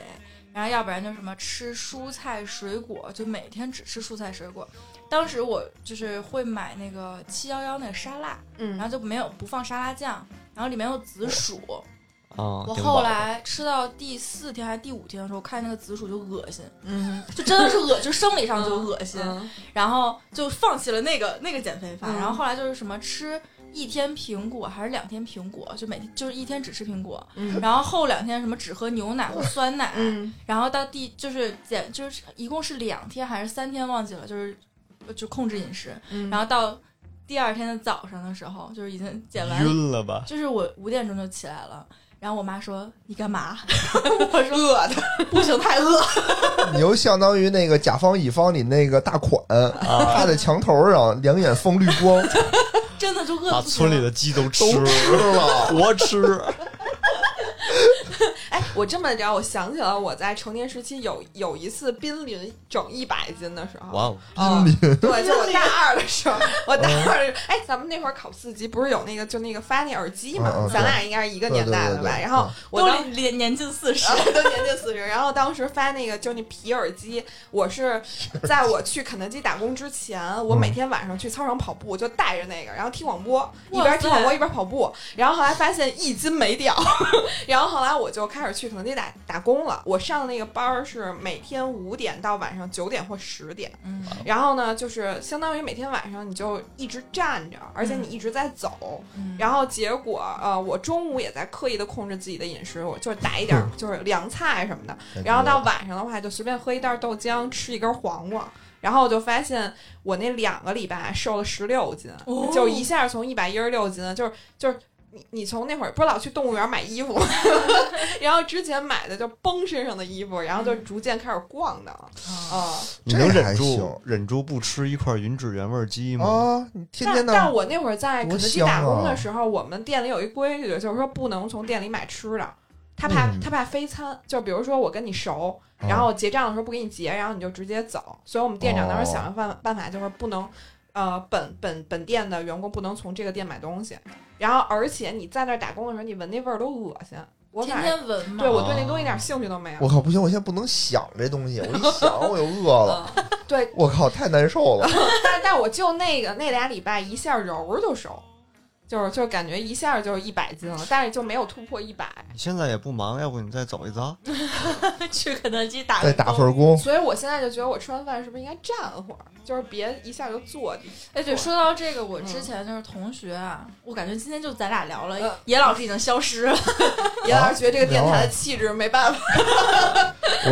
[SPEAKER 1] 然后要不然就什么吃蔬菜水果，就每天只吃蔬菜水果。当时我就是会买那个七幺幺那个沙拉，然后
[SPEAKER 3] 嗯，
[SPEAKER 1] 就没有不放沙拉酱，然后里面有紫薯。
[SPEAKER 2] 啊！
[SPEAKER 1] 我
[SPEAKER 2] 顶
[SPEAKER 1] 后
[SPEAKER 2] 饱
[SPEAKER 1] 来吃到第四天还是第五天的时候，我看那个紫薯就恶心，
[SPEAKER 3] 嗯，
[SPEAKER 1] 就真的是恶，就生理上就恶心。
[SPEAKER 3] 嗯
[SPEAKER 1] 然后就放弃了那个那个减肥法，
[SPEAKER 3] 嗯
[SPEAKER 1] 然后后来就是什么吃一天苹果还是两天苹果，就每天就是一天只吃苹果，
[SPEAKER 3] 嗯
[SPEAKER 1] 然后后两天什么只喝牛奶或酸奶，
[SPEAKER 3] 嗯
[SPEAKER 1] 然后到第就是减就是一共是两天还是三天忘记了，就是就控制饮食，
[SPEAKER 3] 嗯，
[SPEAKER 1] 然后到第二天的早上的时候，就是已经减完，
[SPEAKER 2] 晕了 吧？
[SPEAKER 1] 就是我五点钟就起来了。然后我妈说：“你干嘛？” 我说：“饿的，不行，太饿。
[SPEAKER 4] 你又相当于那个甲方乙方里那个大 款，趴在墙头上，两眼放绿光，”
[SPEAKER 1] 真的就饿得
[SPEAKER 2] 把
[SPEAKER 1] 不行
[SPEAKER 2] 村
[SPEAKER 1] 了
[SPEAKER 2] 里的鸡都吃
[SPEAKER 4] 都
[SPEAKER 2] 了，
[SPEAKER 4] 吃了。
[SPEAKER 2] 活吃。
[SPEAKER 3] 哎，我我这么聊，我想起了我在成年时期有有一次濒临整一百斤的时候，
[SPEAKER 2] 哇哦，
[SPEAKER 3] 啊
[SPEAKER 4] 濒临
[SPEAKER 3] 对，就我大 二的时候，我大
[SPEAKER 4] 嗯
[SPEAKER 3] 二，哎，咱们那会儿考四级不是有那个就那个发那耳机嘛？
[SPEAKER 4] 嗯嗯
[SPEAKER 3] 咱俩应该是一个年代的吧？
[SPEAKER 4] 对对对嗯对
[SPEAKER 3] 然后我
[SPEAKER 1] 都
[SPEAKER 3] 当
[SPEAKER 1] 年年近四十
[SPEAKER 3] 然，后 都年近四十，然后当时发那个就那皮耳机，我是在我去肯德基打工之前，我每天晚上去操场跑步，就带着那个，然后听广播，一边听广播一边跑步。然后后来发现一斤没掉， 然后后来我就开始去肯德基打打工了。我上的那个班儿是每天五点到晚上九点或十点，
[SPEAKER 1] 嗯
[SPEAKER 3] 然后呢，就是相当于每天晚上你就一直站着，而且你一直在走。
[SPEAKER 1] 嗯
[SPEAKER 3] 然后结果，呃，我中午也在刻意的控制自己的饮食，我就是打一点儿
[SPEAKER 1] 嗯
[SPEAKER 3] 就是凉菜什么的，
[SPEAKER 4] 嗯
[SPEAKER 3] 然后到晚上的话就随便喝一袋豆浆，吃一根黄瓜。然后我就发现我那两个礼拜瘦了十六斤，
[SPEAKER 1] 哦
[SPEAKER 3] 就一下从一百一十六斤，就是就是你你从那会儿不是老去动物园买衣 服吗，然后之前买的就崩身上的衣服，然后
[SPEAKER 1] 嗯
[SPEAKER 3] 就逐渐开始逛的，
[SPEAKER 1] 哦
[SPEAKER 3] 嗯。
[SPEAKER 2] 你能
[SPEAKER 4] 这还
[SPEAKER 2] 忍住
[SPEAKER 4] 行
[SPEAKER 2] 忍住不吃一块云指原味鸡吗？
[SPEAKER 4] 啊，你天
[SPEAKER 3] 但
[SPEAKER 4] 天
[SPEAKER 3] 但
[SPEAKER 4] 的
[SPEAKER 3] 我那会儿在肯
[SPEAKER 4] 多
[SPEAKER 3] 德基
[SPEAKER 4] 香
[SPEAKER 3] 打工
[SPEAKER 4] 啊
[SPEAKER 3] 的时候，我们店里有一规矩，就是说不能从店里买吃的，他怕、
[SPEAKER 4] 嗯哦
[SPEAKER 3] 他怕飞餐。就比如说我跟你熟，然后结账的时候不给你结，然后你就直接走。所以我们店长当
[SPEAKER 4] 哦
[SPEAKER 3] 时想的办办法就是不能，呃，本本本店的员工不能从这个店买东西。然后而且你在那儿打工的时候，你闻那味儿都恶心。我
[SPEAKER 1] 天
[SPEAKER 3] 反正
[SPEAKER 1] 天闻嘛。
[SPEAKER 3] 对我对那东西一点兴趣都没有。
[SPEAKER 4] 哦我靠，不行，我现在不能想这东西，我一想我就饿 了，
[SPEAKER 3] 嗯对，
[SPEAKER 4] 我靠，太难受 了。
[SPEAKER 3] 但但我就那个那俩礼拜一下揉就熟，就是就感觉一下就一百斤了，但是就没有突破一百。
[SPEAKER 2] 你现在也不忙，要不你再走一遭？
[SPEAKER 1] 去肯德基打个
[SPEAKER 4] 再打
[SPEAKER 1] 工
[SPEAKER 4] 份工，
[SPEAKER 3] 所以我现在就觉得我吃完饭是不是应该站会儿，就是别一下就坐地。
[SPEAKER 1] 哎，对，
[SPEAKER 3] 做
[SPEAKER 1] 说到这个，我
[SPEAKER 3] 嗯
[SPEAKER 1] 之前就是同学啊，我感觉今天就咱俩聊
[SPEAKER 3] 呃
[SPEAKER 1] 了，野老师已经消失了，
[SPEAKER 3] 严老师觉得这个电台的气质没办法，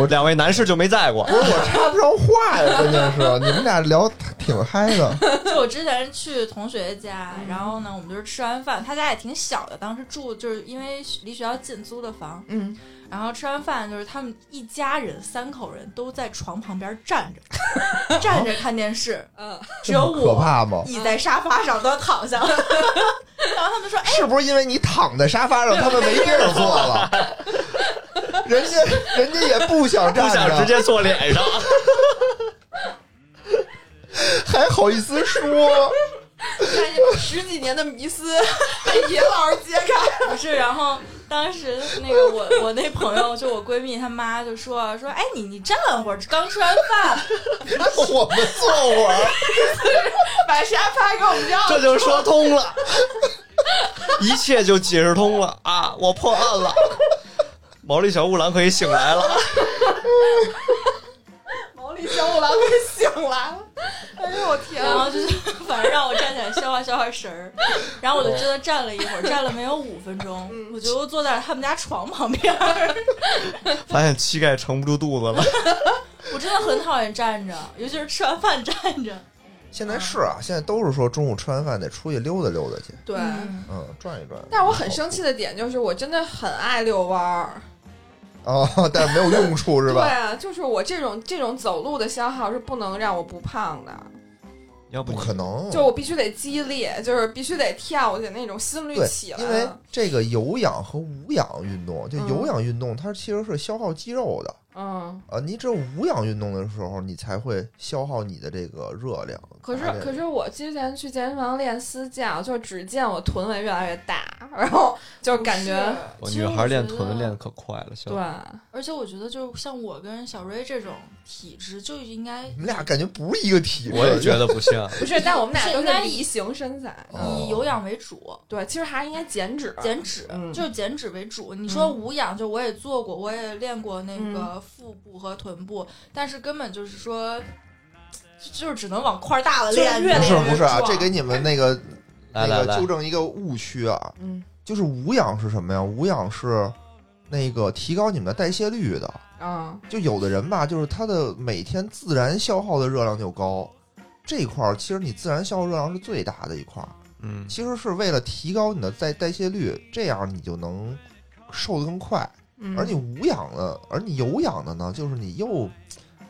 [SPEAKER 2] 两位男士就没在过
[SPEAKER 4] 不，是我插不上话呀， 关键是你们俩聊挺嗨的，
[SPEAKER 1] 就我之前去同学家，
[SPEAKER 3] 嗯
[SPEAKER 1] 然后呢，我们就是吃完饭，他家也挺小的，当时住就是因为离学校近租的房，
[SPEAKER 3] 嗯，
[SPEAKER 1] 然后吃完饭就是他们一家人三口人都在床旁边站着， 站着看电视，
[SPEAKER 3] 嗯，
[SPEAKER 1] 只
[SPEAKER 4] 这
[SPEAKER 1] 有
[SPEAKER 4] 么可
[SPEAKER 1] 我
[SPEAKER 4] 怕吗？
[SPEAKER 1] 倚在沙发上都躺下了， 然后他们说，哎，
[SPEAKER 4] 是不是因为你躺在沙发上，他们没地儿坐了？人家人家也不想
[SPEAKER 2] 不
[SPEAKER 4] 站
[SPEAKER 2] 想直
[SPEAKER 4] 着，
[SPEAKER 2] 接坐脸 上。
[SPEAKER 4] 还好意思说？
[SPEAKER 3] 看见十几年的迷思被严老师揭开。
[SPEAKER 1] 不是，然后当时那个我我那朋友就我闺蜜她妈就说说，哎，你你站会儿，刚吃完饭。
[SPEAKER 4] 我们坐会儿，
[SPEAKER 3] 把沙发给我们要
[SPEAKER 2] 这就说通了， 一切就解释通了啊！我破案了，毛利小五郎可以醒来了。
[SPEAKER 3] 毛利小五郎给醒来了。哎呦我天
[SPEAKER 1] 然
[SPEAKER 3] 啊！
[SPEAKER 1] 后就是反正让我站起来消化消化神儿，然后我就真的站了一
[SPEAKER 4] 哦
[SPEAKER 1] 会儿，站了没有五分钟，
[SPEAKER 4] 嗯
[SPEAKER 1] 我就坐在他们家床旁边儿。
[SPEAKER 2] 发现膝盖撑不住肚子了，
[SPEAKER 1] 我真的很讨厌站着，尤其是吃完饭站着。
[SPEAKER 4] 现在是啊，现在都是说中午吃完饭得出去溜达溜达去，
[SPEAKER 3] 对，
[SPEAKER 1] 嗯，
[SPEAKER 4] 嗯，转一转。
[SPEAKER 3] 但是我很生气的点就是，我真的很爱遛弯儿。
[SPEAKER 4] 哦，但是没有用处是
[SPEAKER 3] 对
[SPEAKER 4] 吧？
[SPEAKER 3] 啊，就是我这种这种走路的消耗是不能让我不胖的，
[SPEAKER 2] 要不
[SPEAKER 4] 不可能，
[SPEAKER 3] 就我必须得激烈，就是必须得跳起那种心率
[SPEAKER 4] 对
[SPEAKER 3] 起，来。
[SPEAKER 4] 因为这个有氧和无氧运动，就
[SPEAKER 3] 啊嗯
[SPEAKER 4] 有氧运动它其实是消耗肌肉的。
[SPEAKER 3] 嗯，
[SPEAKER 4] 啊，你只有无氧运动的时候，你才会消耗你的这个热量。
[SPEAKER 3] 可是
[SPEAKER 4] 达这个
[SPEAKER 3] 可是我之前去健身房练私教，就只见我臀围越来越大，然后就感觉
[SPEAKER 2] 我
[SPEAKER 1] 其实
[SPEAKER 2] 女
[SPEAKER 1] 我
[SPEAKER 2] 孩练
[SPEAKER 1] 觉
[SPEAKER 2] 臀
[SPEAKER 1] 得
[SPEAKER 2] 练的可快了，小
[SPEAKER 3] 对。
[SPEAKER 1] 而且我觉得，就是像我跟小瑞这种体质，就应该
[SPEAKER 4] 你们俩感觉不是一个体质，
[SPEAKER 2] 我也觉得不像。
[SPEAKER 3] 不是，但我们俩
[SPEAKER 1] 是
[SPEAKER 3] 都
[SPEAKER 1] 应
[SPEAKER 3] 是
[SPEAKER 1] 该
[SPEAKER 3] 梨形身材，嗯
[SPEAKER 4] 哦
[SPEAKER 1] 以有氧为主。
[SPEAKER 3] 对，其实还是应该减脂。
[SPEAKER 1] 减脂、
[SPEAKER 3] 哦嗯
[SPEAKER 1] 就是减脂为主。你说无氧，就我也做过，我也练过那个腹部和臀部，但是根本就是说，就就是只能往块儿大了
[SPEAKER 3] 就是
[SPEAKER 1] 练。
[SPEAKER 3] 越
[SPEAKER 4] 不
[SPEAKER 3] 练
[SPEAKER 4] 是
[SPEAKER 3] 越
[SPEAKER 4] 不是啊，
[SPEAKER 3] 壮
[SPEAKER 4] 这给你们那个
[SPEAKER 2] 来
[SPEAKER 4] 那
[SPEAKER 2] 来
[SPEAKER 4] 个
[SPEAKER 2] 来
[SPEAKER 4] 纠，正一个误区啊，
[SPEAKER 3] 嗯
[SPEAKER 4] 就是无氧是什么呀？无氧是那个提高你们的代谢率的。
[SPEAKER 3] 啊，
[SPEAKER 4] 就有的人吧，就是他的每天自然消耗的热量就高，这一块儿其实你自然消耗热量是最大的一块儿，
[SPEAKER 2] 嗯，
[SPEAKER 4] 其实是为了提高你的代代谢率，这样你就能瘦得更快。
[SPEAKER 3] 嗯
[SPEAKER 4] 而你无氧的，而你有氧的呢，就是你又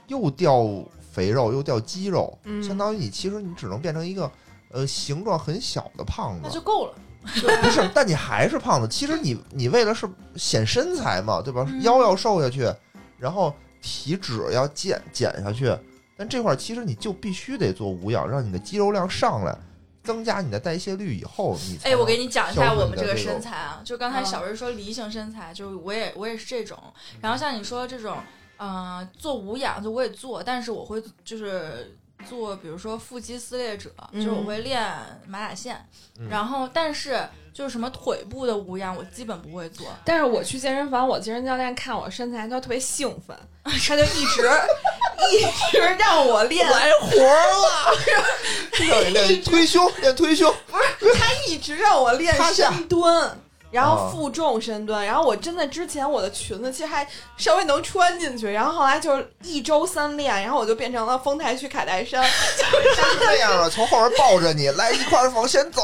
[SPEAKER 4] 又掉肥肉又掉肌肉，
[SPEAKER 3] 嗯
[SPEAKER 4] 相当于你其实你只能变成一个呃形状很小的胖
[SPEAKER 1] 那
[SPEAKER 4] 子
[SPEAKER 1] 就。够了，
[SPEAKER 4] 不是，但你还是胖子。其实你你为了是显身材嘛，对吧？
[SPEAKER 1] 嗯
[SPEAKER 4] 腰要瘦下去，然后体脂要减减下去。但这块儿其实你就必须得做无氧，让你的肌肉量上来，增加你的代谢率以后，你才
[SPEAKER 1] 哎，我
[SPEAKER 4] 能
[SPEAKER 1] 给你讲一下我们这个身材啊，就刚才
[SPEAKER 3] 嗯
[SPEAKER 1] 小瑞说梨形身材，就是我也我也是这种。然后像你说这种，呃，做无氧就我也做，但是我会就是做，比如说腹肌撕裂者，
[SPEAKER 3] 嗯
[SPEAKER 1] 就是我会练马甲线，
[SPEAKER 2] 嗯
[SPEAKER 1] 然后但是就是什么腿部的无氧，我基本不会做。
[SPEAKER 3] 但是我去健身房，我健身教练看我身材，他特别兴奋，他就一 直一直让我练，
[SPEAKER 4] 活 儿了，让你 练推胸，练推胸，
[SPEAKER 3] 他一直让我练啊
[SPEAKER 4] 趴下
[SPEAKER 3] 深蹲。然后
[SPEAKER 4] 哦
[SPEAKER 3] 负重深蹲，然后我真的之前我的裙子其实还稍微能穿进去，然后后来就是一周三练，然后我就变成了丰台区凯戴珊，
[SPEAKER 4] 是这样啊，从后边抱着你，来一块儿往前走，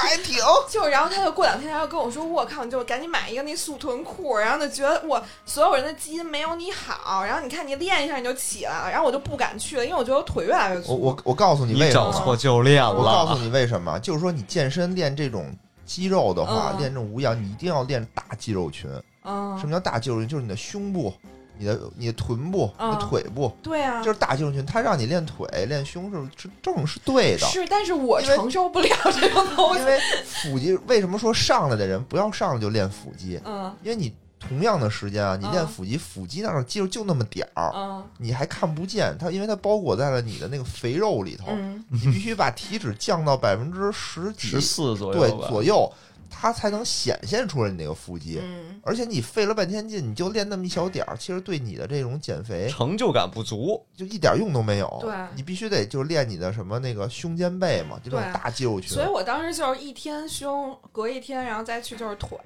[SPEAKER 4] 还挺。
[SPEAKER 3] 就然后他就过两天他就跟我说，我靠，你就赶紧买一个那塑臀裤，然后就觉得我所有人的基因没有你好，然后你看你练一下你就起来了，然后我就不敢去了，因为我觉得我腿越来越粗。
[SPEAKER 4] 我我我告诉你为
[SPEAKER 2] 你
[SPEAKER 4] 什
[SPEAKER 2] 找
[SPEAKER 4] 么，
[SPEAKER 2] 错教练
[SPEAKER 4] 我告诉
[SPEAKER 2] 了。
[SPEAKER 4] 你为什么，就是说你健身练这种肌肉的话，
[SPEAKER 3] 嗯
[SPEAKER 4] 练这种无氧，你一定要练大肌肉群。什
[SPEAKER 3] 嗯，
[SPEAKER 4] 么叫大肌肉群？就是你的胸部、你的你的臀部、
[SPEAKER 3] 嗯
[SPEAKER 4] 你的腿部，
[SPEAKER 3] 对啊，
[SPEAKER 4] 就是大肌肉群。它让你练腿、练胸是是正是对的。
[SPEAKER 3] 是，但是我
[SPEAKER 4] 因为
[SPEAKER 3] 承受不了这种东西
[SPEAKER 4] 因。为腹肌为什么说上来的人不要上来就练腹肌？
[SPEAKER 3] 嗯
[SPEAKER 4] 因为你同样的时间啊，你
[SPEAKER 3] 嗯
[SPEAKER 4] 练腹肌，腹肌那儿肌肉就那么点儿，
[SPEAKER 3] 嗯
[SPEAKER 4] 你还看不见它，因为它包裹在了你的那个肥肉里头。
[SPEAKER 3] 嗯
[SPEAKER 4] 你必须把体脂降到百分之十几
[SPEAKER 2] 十四左
[SPEAKER 4] 对
[SPEAKER 2] 右吧，
[SPEAKER 4] 左右，它才能显现出来你那个腹肌。
[SPEAKER 3] 嗯，
[SPEAKER 4] 而且你费了半天劲，你就练那么一小点儿，其实对你的这种减肥
[SPEAKER 2] 成就感不足。
[SPEAKER 4] 就一点用都没有。
[SPEAKER 3] 对
[SPEAKER 4] 你必须得就练你的什么那个胸肩背嘛，就这
[SPEAKER 3] 对
[SPEAKER 4] 种大肌肉群
[SPEAKER 3] 所以我当时就是一天胸，隔一天，然后再去就是腿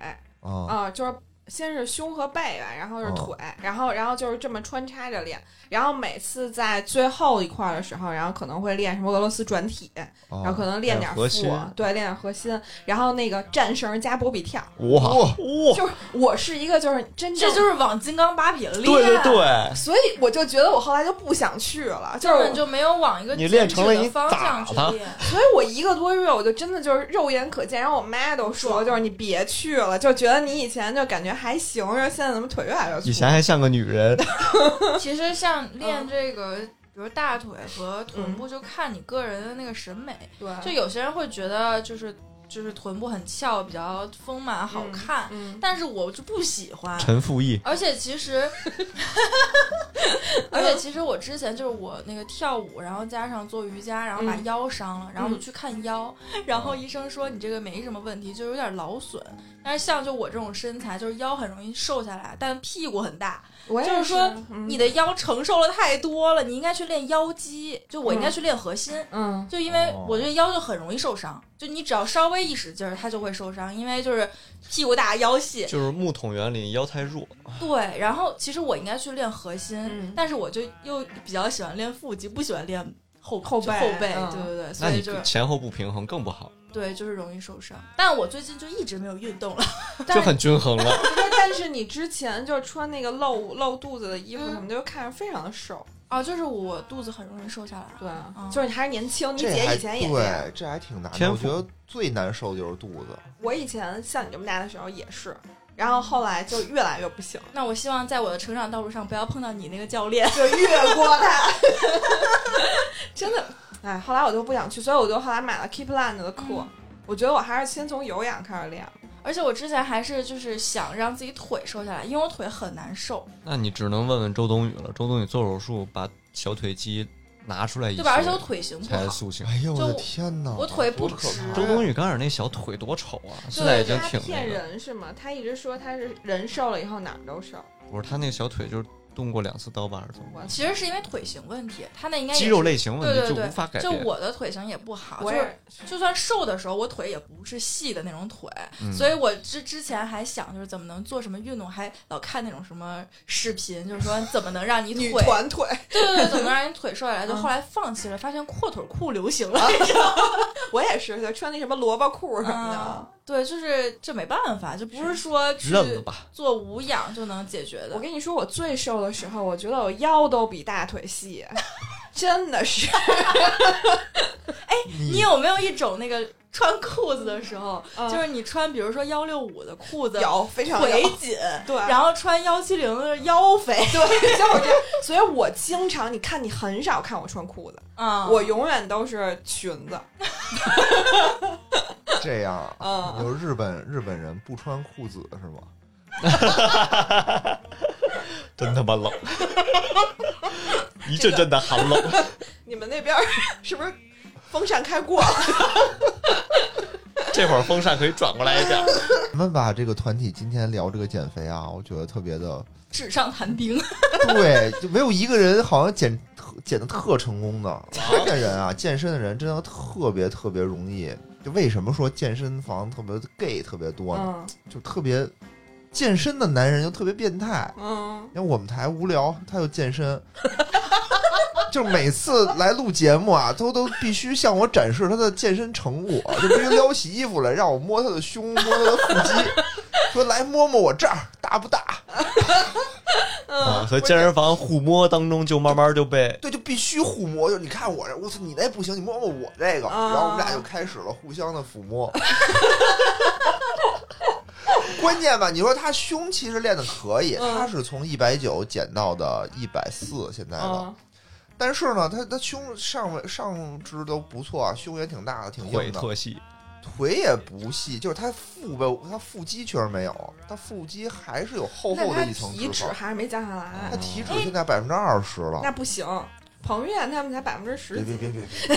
[SPEAKER 4] 啊。
[SPEAKER 3] 啊、就是。先是胸和背吧，然后是
[SPEAKER 4] 嗯
[SPEAKER 3] 腿，然后然后就是这么穿插着练，然后每次在最后一块儿的时候，然后可能会练什么俄罗斯转体，
[SPEAKER 4] 然
[SPEAKER 3] 然后可能练
[SPEAKER 2] 练
[SPEAKER 3] 点儿
[SPEAKER 2] 核
[SPEAKER 3] 腹
[SPEAKER 2] 心，
[SPEAKER 3] 对，练点儿核心，然后那个战绳加波比跳，
[SPEAKER 2] 哇
[SPEAKER 4] 哇
[SPEAKER 2] 哇，
[SPEAKER 3] 就是我是一个就是真正
[SPEAKER 1] 这就是往金刚芭比练，
[SPEAKER 2] 对对对，
[SPEAKER 3] 所以我就觉得我后来就不想去了，就
[SPEAKER 1] 根本
[SPEAKER 3] 是
[SPEAKER 1] 就没有往一个
[SPEAKER 2] 你练成了
[SPEAKER 1] 减脂
[SPEAKER 2] 你
[SPEAKER 1] 的方向去
[SPEAKER 2] 打它
[SPEAKER 1] 练。
[SPEAKER 3] 所以我一个多月我就真的就是肉眼可见，然后我妈都说就是你别去了，就觉得你以前就感觉还行，然后现在怎么腿越来越粗？
[SPEAKER 2] 以前还像个女人，
[SPEAKER 1] 其实
[SPEAKER 3] 嗯
[SPEAKER 1] 像练这个，比如大腿和臀部，就看你个人的那个审美。
[SPEAKER 3] 对，
[SPEAKER 1] 就有些人会觉得就是就是臀部很翘，比较丰满好看，
[SPEAKER 3] 嗯
[SPEAKER 1] 但是我就不喜欢。
[SPEAKER 2] 陈复义
[SPEAKER 1] 而且其实，而且其实我之前就是我那个跳舞，然后加上做瑜伽，然后把
[SPEAKER 3] 嗯
[SPEAKER 1] 腰伤了，然后我去看腰，然后医生说你这个没什么问题，就有点劳损。但是像就我这种身材，就是腰很容易瘦下来，但屁股很大。
[SPEAKER 3] 我也
[SPEAKER 1] 就是说
[SPEAKER 3] 嗯
[SPEAKER 1] 你的腰承受了太多了，你应该去练腰肌，就我应该去练核心。
[SPEAKER 3] 嗯
[SPEAKER 1] 就因为
[SPEAKER 2] 哦
[SPEAKER 1] 我觉得腰就很容易受伤，就你只要稍微一使劲儿，它就会受伤，因为就是屁股大腰细。
[SPEAKER 2] 就是木桶原理，腰太弱，
[SPEAKER 1] 对，然后其实我应该去练核心，
[SPEAKER 3] 嗯
[SPEAKER 1] 但是我就又比较喜欢练腹肌，不喜欢练后
[SPEAKER 3] 后
[SPEAKER 1] 就
[SPEAKER 3] 背
[SPEAKER 1] 后背，
[SPEAKER 3] 嗯
[SPEAKER 1] 对对对，
[SPEAKER 2] 那
[SPEAKER 1] 所
[SPEAKER 2] 你
[SPEAKER 1] 以就是
[SPEAKER 2] 前后不平衡更不好，
[SPEAKER 1] 对就是容易受伤。但我最近就一直没有运动 了，
[SPEAKER 3] 但
[SPEAKER 2] 就是很均衡了。
[SPEAKER 1] 嗯
[SPEAKER 3] 但是你之前就穿那个露露肚子的衣
[SPEAKER 1] 嗯
[SPEAKER 3] 服什么的，就看着非常的瘦，
[SPEAKER 1] 啊，就是我肚子很容易瘦下来。
[SPEAKER 3] 对
[SPEAKER 1] 嗯，
[SPEAKER 3] 就是你还是年轻，你
[SPEAKER 4] 这
[SPEAKER 3] 姐
[SPEAKER 4] 还
[SPEAKER 3] 以前也这样，
[SPEAKER 4] 对，这还挺难的。
[SPEAKER 2] 天
[SPEAKER 4] 我觉
[SPEAKER 2] 赋
[SPEAKER 4] 得最难受就是肚子。
[SPEAKER 3] 我以前像你这么大的时候也是，然后后来就越来越不行，
[SPEAKER 1] 那我希望在我的成长道路上不要碰到你那个教练。
[SPEAKER 3] 就越过它， 真的，哎，后来我就不想去，所以我就后来买了 Keep Land 的课，
[SPEAKER 1] 嗯
[SPEAKER 3] 我觉得我还是先从有氧开始练，
[SPEAKER 1] 而且我之前还是就是想让自己腿瘦下来，因为我腿很难瘦，
[SPEAKER 2] 那你只能问问周冬雨了。周冬雨做手术把小腿肌拿出来一
[SPEAKER 1] 对
[SPEAKER 2] 些，
[SPEAKER 1] 吧？而且我腿型不
[SPEAKER 2] 才
[SPEAKER 1] 好，
[SPEAKER 2] 塑形。
[SPEAKER 4] 哎呦，我的
[SPEAKER 1] 就
[SPEAKER 4] 天哪！
[SPEAKER 1] 我腿不
[SPEAKER 4] 多可怕
[SPEAKER 2] 周
[SPEAKER 1] 直
[SPEAKER 2] 冬雨刚开始那小腿多丑啊，现在已经
[SPEAKER 3] 他
[SPEAKER 2] 挺
[SPEAKER 3] 骗
[SPEAKER 2] 那个。
[SPEAKER 3] 人是吗？他一直说他是人瘦了以后哪儿都瘦，
[SPEAKER 2] 不是他那小腿就是动过两次刀疤是怎么
[SPEAKER 3] 我
[SPEAKER 2] 着？
[SPEAKER 1] 其实是因为腿型问题，他那应该也
[SPEAKER 2] 肌
[SPEAKER 1] 是
[SPEAKER 2] 肉类型问
[SPEAKER 1] 对
[SPEAKER 2] 题
[SPEAKER 1] 对
[SPEAKER 2] 就
[SPEAKER 1] 对
[SPEAKER 2] 无法改
[SPEAKER 1] 就
[SPEAKER 2] 变。
[SPEAKER 1] 我的腿型也不好，就
[SPEAKER 3] 我
[SPEAKER 1] 是
[SPEAKER 3] 也
[SPEAKER 1] 就算瘦的时候，我腿也不是细的那种腿，
[SPEAKER 2] 嗯
[SPEAKER 1] 所以我之之前还想就是怎么能做什么运动，还老看那种什么视频，就是说怎么能让你腿，
[SPEAKER 3] 女团腿，
[SPEAKER 1] 对对对，怎么能让你腿瘦下来，就
[SPEAKER 3] 嗯
[SPEAKER 1] 后来放弃了，发现阔腿裤流行
[SPEAKER 3] 啊
[SPEAKER 1] 了，
[SPEAKER 3] 我也是，就穿那什么萝卜裤什么
[SPEAKER 1] 嗯
[SPEAKER 3] 的。，
[SPEAKER 1] 对，就是这没办法，就不是说去
[SPEAKER 2] 认了吧，
[SPEAKER 1] 做无氧就能解决的
[SPEAKER 3] 我。跟你说，我最瘦的时候，我觉得我腰都比大腿细，真的是。
[SPEAKER 1] 你有没有一种那个穿裤子的时候，
[SPEAKER 3] 嗯
[SPEAKER 1] 就是你穿比如说幺六五的裤子
[SPEAKER 3] 有非常有
[SPEAKER 1] 腿紧，
[SPEAKER 3] 对，
[SPEAKER 1] 然后穿幺七零的腰肥
[SPEAKER 3] 对，就是这样。所以我经常，你看，你很少看我穿裤子，
[SPEAKER 1] 啊，
[SPEAKER 3] 我永远都是裙子。
[SPEAKER 4] 这样啊，
[SPEAKER 3] 嗯
[SPEAKER 4] 就是日本日本人不穿裤子是吗？
[SPEAKER 2] 真他 妈冷，一阵阵的寒冷。
[SPEAKER 3] 你们那边儿是不是风扇开过了？
[SPEAKER 2] 这会儿风扇可以转过来一 点儿。
[SPEAKER 4] 咱们把这个团体今天聊这个减肥啊，我觉得特别的，
[SPEAKER 1] 纸上谈兵，
[SPEAKER 4] 对，就没有一个人好像减特减的特成功的。关键人啊，健身的人真的特别特别容易。就为什么说健身房特别 gay 特别多呢？
[SPEAKER 3] 嗯
[SPEAKER 4] 就特别健身的男人就特别变态，
[SPEAKER 3] 嗯，
[SPEAKER 4] 因为我们台无聊，他又健身， 就每次来录节目啊，都都必须向我展示他的健身成果，就必须撩起衣服来让我摸他的胸，摸他的腹肌，说来摸摸我这儿大不大？
[SPEAKER 1] 嗯
[SPEAKER 2] 啊，所以健身房互摸当中就慢慢就被
[SPEAKER 4] 对，就必须互摸，就你看我这，我操你那不行，你摸摸我这个，
[SPEAKER 3] 啊
[SPEAKER 4] 然后我们俩就开始了互相的抚摸。关键吧，你说他胸其实练的可以，
[SPEAKER 3] 嗯
[SPEAKER 4] 他是从一百九减到的一百四，现在的。
[SPEAKER 3] 嗯
[SPEAKER 4] 但是呢，他他胸上围上肢都不错啊，胸也挺大的，挺
[SPEAKER 2] 腿
[SPEAKER 4] 硬的，
[SPEAKER 2] 特细。
[SPEAKER 4] 腿也不细，就是他腹部他腹肌确实没有，他腹肌还是有厚厚的
[SPEAKER 3] 那
[SPEAKER 4] 一
[SPEAKER 3] 他
[SPEAKER 4] 层
[SPEAKER 3] 体脂
[SPEAKER 4] 肪。嗯
[SPEAKER 3] 还是没降下来
[SPEAKER 4] 他，体脂现在百分之二十了，
[SPEAKER 3] 那不行。彭于晏他们才百分之
[SPEAKER 4] 别
[SPEAKER 3] 十
[SPEAKER 4] 别
[SPEAKER 3] 几，
[SPEAKER 4] 别别别，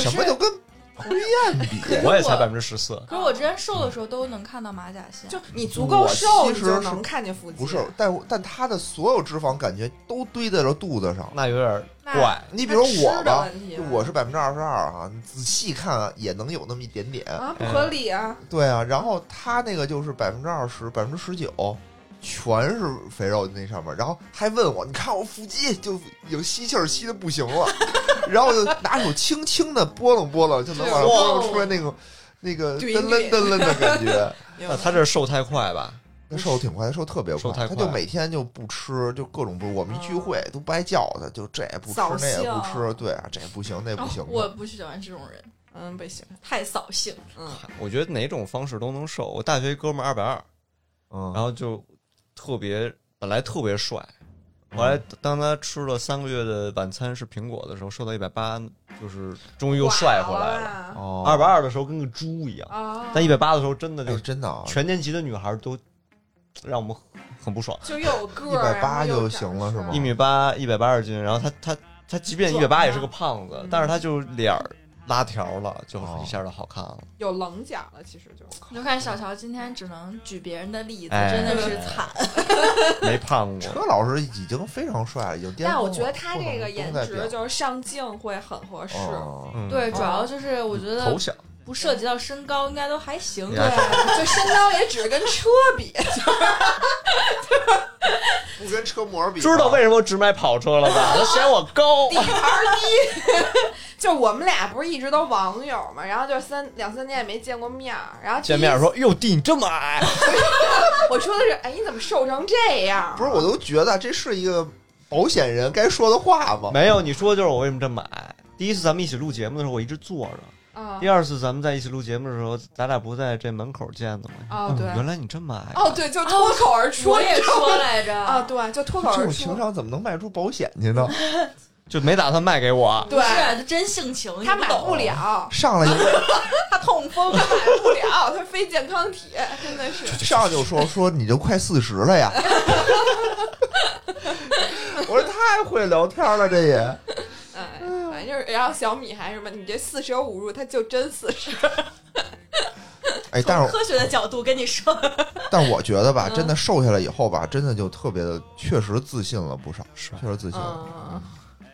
[SPEAKER 4] 什么都跟彭于晏比。
[SPEAKER 2] 我也才百分之十四，
[SPEAKER 1] 可是我之前瘦的时候都能看到马甲线，
[SPEAKER 3] 就你足够
[SPEAKER 4] 我
[SPEAKER 3] 瘦，
[SPEAKER 4] 其
[SPEAKER 3] 你
[SPEAKER 4] 实
[SPEAKER 3] 就是能看见腹肌。
[SPEAKER 4] 不是，但但他的所有脂肪感觉都堆在了肚子上。
[SPEAKER 2] 那有点
[SPEAKER 1] 那
[SPEAKER 2] 怪。
[SPEAKER 4] 你比如我吧
[SPEAKER 3] 那吃的问，题啊
[SPEAKER 4] 就我是百分之二十二啊，你仔细看啊也能有那么一点点。
[SPEAKER 3] 啊，不合理啊！
[SPEAKER 4] 对啊，然后他那个就是百分之二十、百分之十九，全是肥肉那上面，然后还问我，你看我腹肌就已经吸气儿吸的不行了，然后我就拿手轻轻的拨弄拨弄，就能往上拨弄出来那个那个
[SPEAKER 3] 对
[SPEAKER 4] 噔楞噔楞的感觉。
[SPEAKER 2] 那他这瘦太快吧？
[SPEAKER 4] 他瘦得挺快，他瘦得特别
[SPEAKER 2] 瘦
[SPEAKER 4] 快，
[SPEAKER 2] 太
[SPEAKER 4] 他
[SPEAKER 2] 快
[SPEAKER 4] 就每天就不吃，就各种不。我们一聚会都不爱叫他，就这也不吃
[SPEAKER 3] 扫
[SPEAKER 4] 那也不
[SPEAKER 3] 兴
[SPEAKER 4] 吃，对啊，这也不行那也不行
[SPEAKER 1] 哦
[SPEAKER 4] 的。
[SPEAKER 1] 我不喜欢这种人，
[SPEAKER 3] 嗯，不行，
[SPEAKER 1] 太扫兴。
[SPEAKER 3] 嗯，
[SPEAKER 2] 我觉得哪种方式都能瘦。我大学一哥们二百二，
[SPEAKER 4] 嗯，
[SPEAKER 2] 然后就特别本来特别帅，后来当他吃了三个月的晚餐是苹果的时候，瘦到一百八，就是终于又帅回来了。
[SPEAKER 3] 了
[SPEAKER 4] 哦，
[SPEAKER 2] 二百二的时候跟个猪一样，
[SPEAKER 3] 啊！
[SPEAKER 2] 但一百八的时候真的
[SPEAKER 4] 哎
[SPEAKER 2] 就
[SPEAKER 4] 真的啊，
[SPEAKER 2] 全年级的女孩都让我们很不爽。
[SPEAKER 3] 就又有个儿，
[SPEAKER 4] 180
[SPEAKER 3] 然后又
[SPEAKER 4] 就行了是吗
[SPEAKER 2] 一米八，一百八十斤，然后他他他即便一百
[SPEAKER 1] 壮啊
[SPEAKER 2] 八也是个胖子
[SPEAKER 3] 嗯，
[SPEAKER 2] 但是他就脸儿拉条了，就
[SPEAKER 4] 哦
[SPEAKER 2] 一下就好看了。
[SPEAKER 3] 有棱角了，其实就
[SPEAKER 1] 你就看小乔今天只能举别人的例子，
[SPEAKER 2] 哎
[SPEAKER 1] 真的是惨。
[SPEAKER 2] 没胖
[SPEAKER 4] 车
[SPEAKER 2] 过，
[SPEAKER 4] 老师已经非常帅了，已经巅峰
[SPEAKER 3] 但我
[SPEAKER 4] 了。
[SPEAKER 3] 觉得他
[SPEAKER 4] 不能
[SPEAKER 3] 这个
[SPEAKER 4] 不
[SPEAKER 3] 颜
[SPEAKER 4] 能再
[SPEAKER 3] 值
[SPEAKER 4] 变
[SPEAKER 3] 就是上镜会很合适，
[SPEAKER 4] 哦
[SPEAKER 2] 嗯，
[SPEAKER 1] 对，主要就是我觉
[SPEAKER 2] 头
[SPEAKER 1] 得
[SPEAKER 2] 小，
[SPEAKER 1] 不涉及到身高，应该都还行。
[SPEAKER 2] 你
[SPEAKER 1] 对
[SPEAKER 2] 看
[SPEAKER 3] 对，就身高也只是跟车比，
[SPEAKER 4] 不跟车模比，
[SPEAKER 2] 知道为什么我只买跑车了 吧？他嫌我高，
[SPEAKER 3] 就我们俩不是一直都网友嘛，然后就三两三年也没见过面儿，然后 第一
[SPEAKER 2] 见面说：“哟，弟你这么矮，
[SPEAKER 3] 我说的是，哎，你怎么瘦成这样？
[SPEAKER 4] 不是，我都觉得这是一个保险人该说的话吗？
[SPEAKER 2] 没有，你说就是我为什么这么矮。第一次咱们一起录节目的时候，我一直坐着；
[SPEAKER 3] 啊
[SPEAKER 2] 第二次咱们在一起录节目的时候，咱俩不在这门口见的吗？
[SPEAKER 3] 哦对
[SPEAKER 2] 原来你这么矮。
[SPEAKER 3] 哦对，就脱口而出，
[SPEAKER 1] 我也说来着
[SPEAKER 3] 啊，，对，就脱口
[SPEAKER 4] 这
[SPEAKER 3] 而
[SPEAKER 4] 种情
[SPEAKER 3] 出。
[SPEAKER 4] 商怎么能卖出保险 去呢？
[SPEAKER 2] 就没打算卖给我。
[SPEAKER 1] 不
[SPEAKER 3] 对
[SPEAKER 1] 是，他真性情，
[SPEAKER 3] 他
[SPEAKER 1] 你
[SPEAKER 3] 买
[SPEAKER 1] 懂
[SPEAKER 3] 不了，
[SPEAKER 4] 上 来就
[SPEAKER 1] 他痛风
[SPEAKER 3] 他。买不了， 他非健康体，真的是。
[SPEAKER 4] 上来就说说你就快四十 了呀！我说太会聊天了，这也
[SPEAKER 3] 哎，反正就是，然后小米还什么，你这四舍五入，他就真四十。
[SPEAKER 4] 哎，但
[SPEAKER 1] 从
[SPEAKER 4] 是
[SPEAKER 1] 科学的角度跟你说，
[SPEAKER 4] 但我觉得吧，
[SPEAKER 3] 嗯
[SPEAKER 4] 真的瘦下来以后吧，真的就特别的，确实自信了不少，
[SPEAKER 2] 是
[SPEAKER 4] 确实自信了。
[SPEAKER 3] 嗯，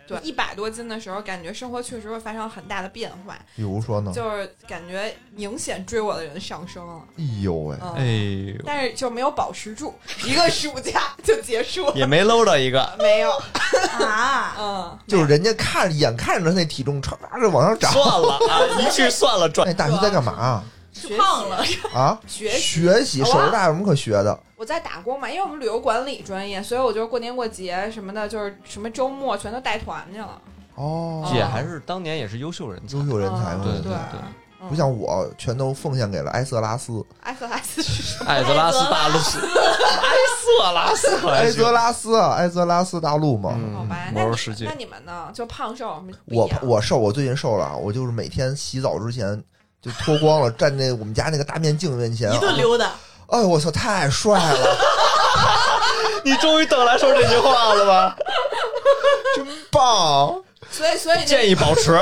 [SPEAKER 3] 对，一百多斤的时候，感觉生活确实会发生很大的变化，
[SPEAKER 4] 比如说呢，
[SPEAKER 3] 就是感觉明显追我的人上升了。
[SPEAKER 4] 哎呦喂，
[SPEAKER 3] 嗯，
[SPEAKER 2] 哎呦，
[SPEAKER 3] 但是就没有保持住，一个暑假就结束 了，
[SPEAKER 2] 也没搂着一个。
[SPEAKER 3] 没有，
[SPEAKER 1] 啊，
[SPEAKER 3] 嗯，
[SPEAKER 4] 就是人家看眼看着他那体重唰就往上涨，
[SPEAKER 2] 算了啊，一句算了， 转
[SPEAKER 4] 那大学在干嘛啊？
[SPEAKER 1] 是 胖了，
[SPEAKER 4] 啊，
[SPEAKER 3] 学习。
[SPEAKER 4] 学习，
[SPEAKER 3] 好啊
[SPEAKER 4] 手术大有什么可学的？
[SPEAKER 3] 我在打工嘛，因为我们旅游管理专业，所以我就是过年过节什么的，就是什么周末全都带团去了。
[SPEAKER 4] 哦，
[SPEAKER 2] 姐还是当年也是优秀人才
[SPEAKER 4] 优，秀人才嘛啊
[SPEAKER 3] 嗯，
[SPEAKER 2] 对对
[SPEAKER 4] 对
[SPEAKER 3] 对
[SPEAKER 2] 对，
[SPEAKER 3] 嗯
[SPEAKER 4] 不像我全都奉献给了埃塞拉斯。
[SPEAKER 3] 埃塞拉斯是什么？
[SPEAKER 2] 艾泽拉斯大陆，埃瑟拉斯
[SPEAKER 4] 埃
[SPEAKER 2] 还行
[SPEAKER 4] 泽拉斯啊，埃泽拉斯大陆嘛。
[SPEAKER 2] 嗯
[SPEAKER 3] 好吧，那
[SPEAKER 2] 魔兽
[SPEAKER 3] 你
[SPEAKER 2] 世界
[SPEAKER 3] 那你们呢？就胖瘦有什么不一
[SPEAKER 4] 我
[SPEAKER 3] 样
[SPEAKER 4] 我瘦，我最近瘦了啊，我就是每天洗澡之前就脱光了，站那我们家那个大面镜面前啊
[SPEAKER 1] 一，顿溜达，
[SPEAKER 4] 哎呦我操，太帅了，
[SPEAKER 2] 你终于等来说这句话了吧？
[SPEAKER 4] 真棒！
[SPEAKER 3] 所以所以这
[SPEAKER 2] 建议保持，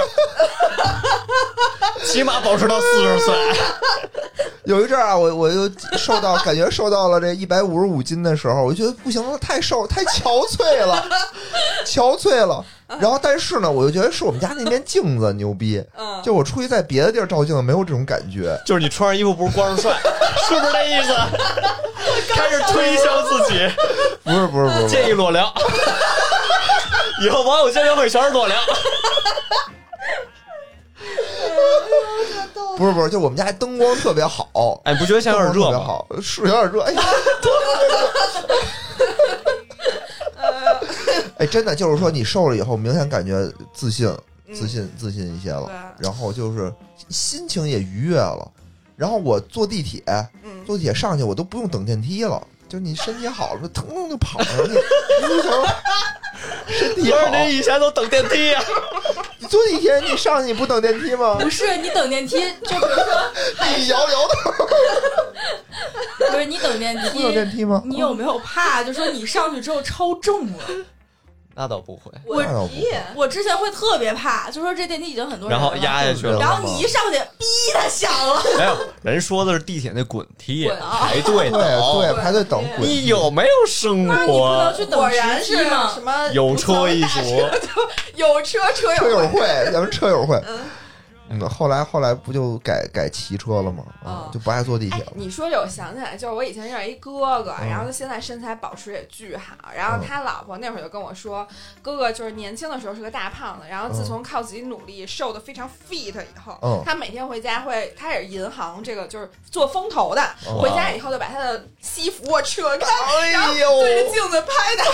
[SPEAKER 2] 起码保持到四十岁。
[SPEAKER 4] 有一阵儿啊，我我就瘦到感觉瘦到了这一百五十五斤的时候，我就觉得不行了，太瘦，太憔悴了，憔悴了。然后但是呢，我就觉得是我们家那面镜子牛逼，
[SPEAKER 3] 嗯，
[SPEAKER 4] 就我出去在别的地儿照镜子没有这种感觉。
[SPEAKER 2] 就是你穿上衣服不是光着帅， 是不是这意思？开始推销自己，
[SPEAKER 4] 不是不是不是不是，
[SPEAKER 2] 建议裸聊。以后网友见面会全是裸聊，
[SPEAKER 4] 不是不是，就我们家灯光特别好，
[SPEAKER 2] 哎，你不觉得现在有点热
[SPEAKER 4] 特别
[SPEAKER 2] 吗？
[SPEAKER 4] 好，是有点热。 哎呀，哎，真的就是说，你瘦了以后，明显感觉自信、
[SPEAKER 3] 嗯
[SPEAKER 4] 自信、自信一些了
[SPEAKER 3] 对，
[SPEAKER 4] 然后就是心情也愉悦了。然后我坐地铁，
[SPEAKER 3] 嗯，
[SPEAKER 4] 坐地铁上去，我都不用等电梯了，就你身体好了，腾腾就跑上去，你就成身体
[SPEAKER 2] 不是
[SPEAKER 4] 好。
[SPEAKER 2] 你以前都等电梯啊呀、
[SPEAKER 4] 你坐地铁，你上去你不等电梯吗？
[SPEAKER 1] 不是你等电梯，就比如说
[SPEAKER 4] 你摇摇的，
[SPEAKER 1] 不是你等电
[SPEAKER 4] 不等电
[SPEAKER 1] 梯，
[SPEAKER 4] 梯吗？
[SPEAKER 1] 你有没有怕？就说你上去之后超重了，
[SPEAKER 2] 那倒不会。
[SPEAKER 1] 我
[SPEAKER 4] 那倒不
[SPEAKER 3] 咦
[SPEAKER 1] 我之前会特别怕，就说这电梯已经很多人啊
[SPEAKER 2] 然
[SPEAKER 1] 了
[SPEAKER 2] 后压下去了
[SPEAKER 1] 然后你一上去，逼它响了，
[SPEAKER 2] 没有，人说的是地铁那滚梯
[SPEAKER 3] 滚啊
[SPEAKER 2] 排队
[SPEAKER 4] 对对，
[SPEAKER 3] 对
[SPEAKER 4] 排队等滚。
[SPEAKER 2] 你有没有生
[SPEAKER 1] 那你不能
[SPEAKER 2] 活？
[SPEAKER 1] 去等
[SPEAKER 3] 果然
[SPEAKER 1] 电
[SPEAKER 3] 是
[SPEAKER 1] 梯
[SPEAKER 3] 什
[SPEAKER 1] 吗？
[SPEAKER 3] 么
[SPEAKER 2] 有车一族，
[SPEAKER 3] 有车车
[SPEAKER 4] 车
[SPEAKER 3] 友
[SPEAKER 4] 友会，咱们车友会。
[SPEAKER 3] 嗯
[SPEAKER 4] 嗯，后来后来不就改改骑车了吗？
[SPEAKER 3] 哦
[SPEAKER 4] 啊，就不爱坐地铁
[SPEAKER 3] 哎
[SPEAKER 4] 了，。
[SPEAKER 3] 你说这我想起来，就是我以前认识一哥哥，
[SPEAKER 4] 嗯
[SPEAKER 3] 然后他现在身材保持也巨好，然后他老婆那会儿就跟我说，哥哥就是年轻的时候是个大胖子，然后自从靠自己努力瘦的非常 fit 以后，
[SPEAKER 4] 嗯
[SPEAKER 3] 他每天回家会，他也是银行这个就是做风投的，
[SPEAKER 4] 嗯
[SPEAKER 3] 回家以后就把他的西服啊扯开，
[SPEAKER 2] 哎呦，
[SPEAKER 3] 对着镜子拍的，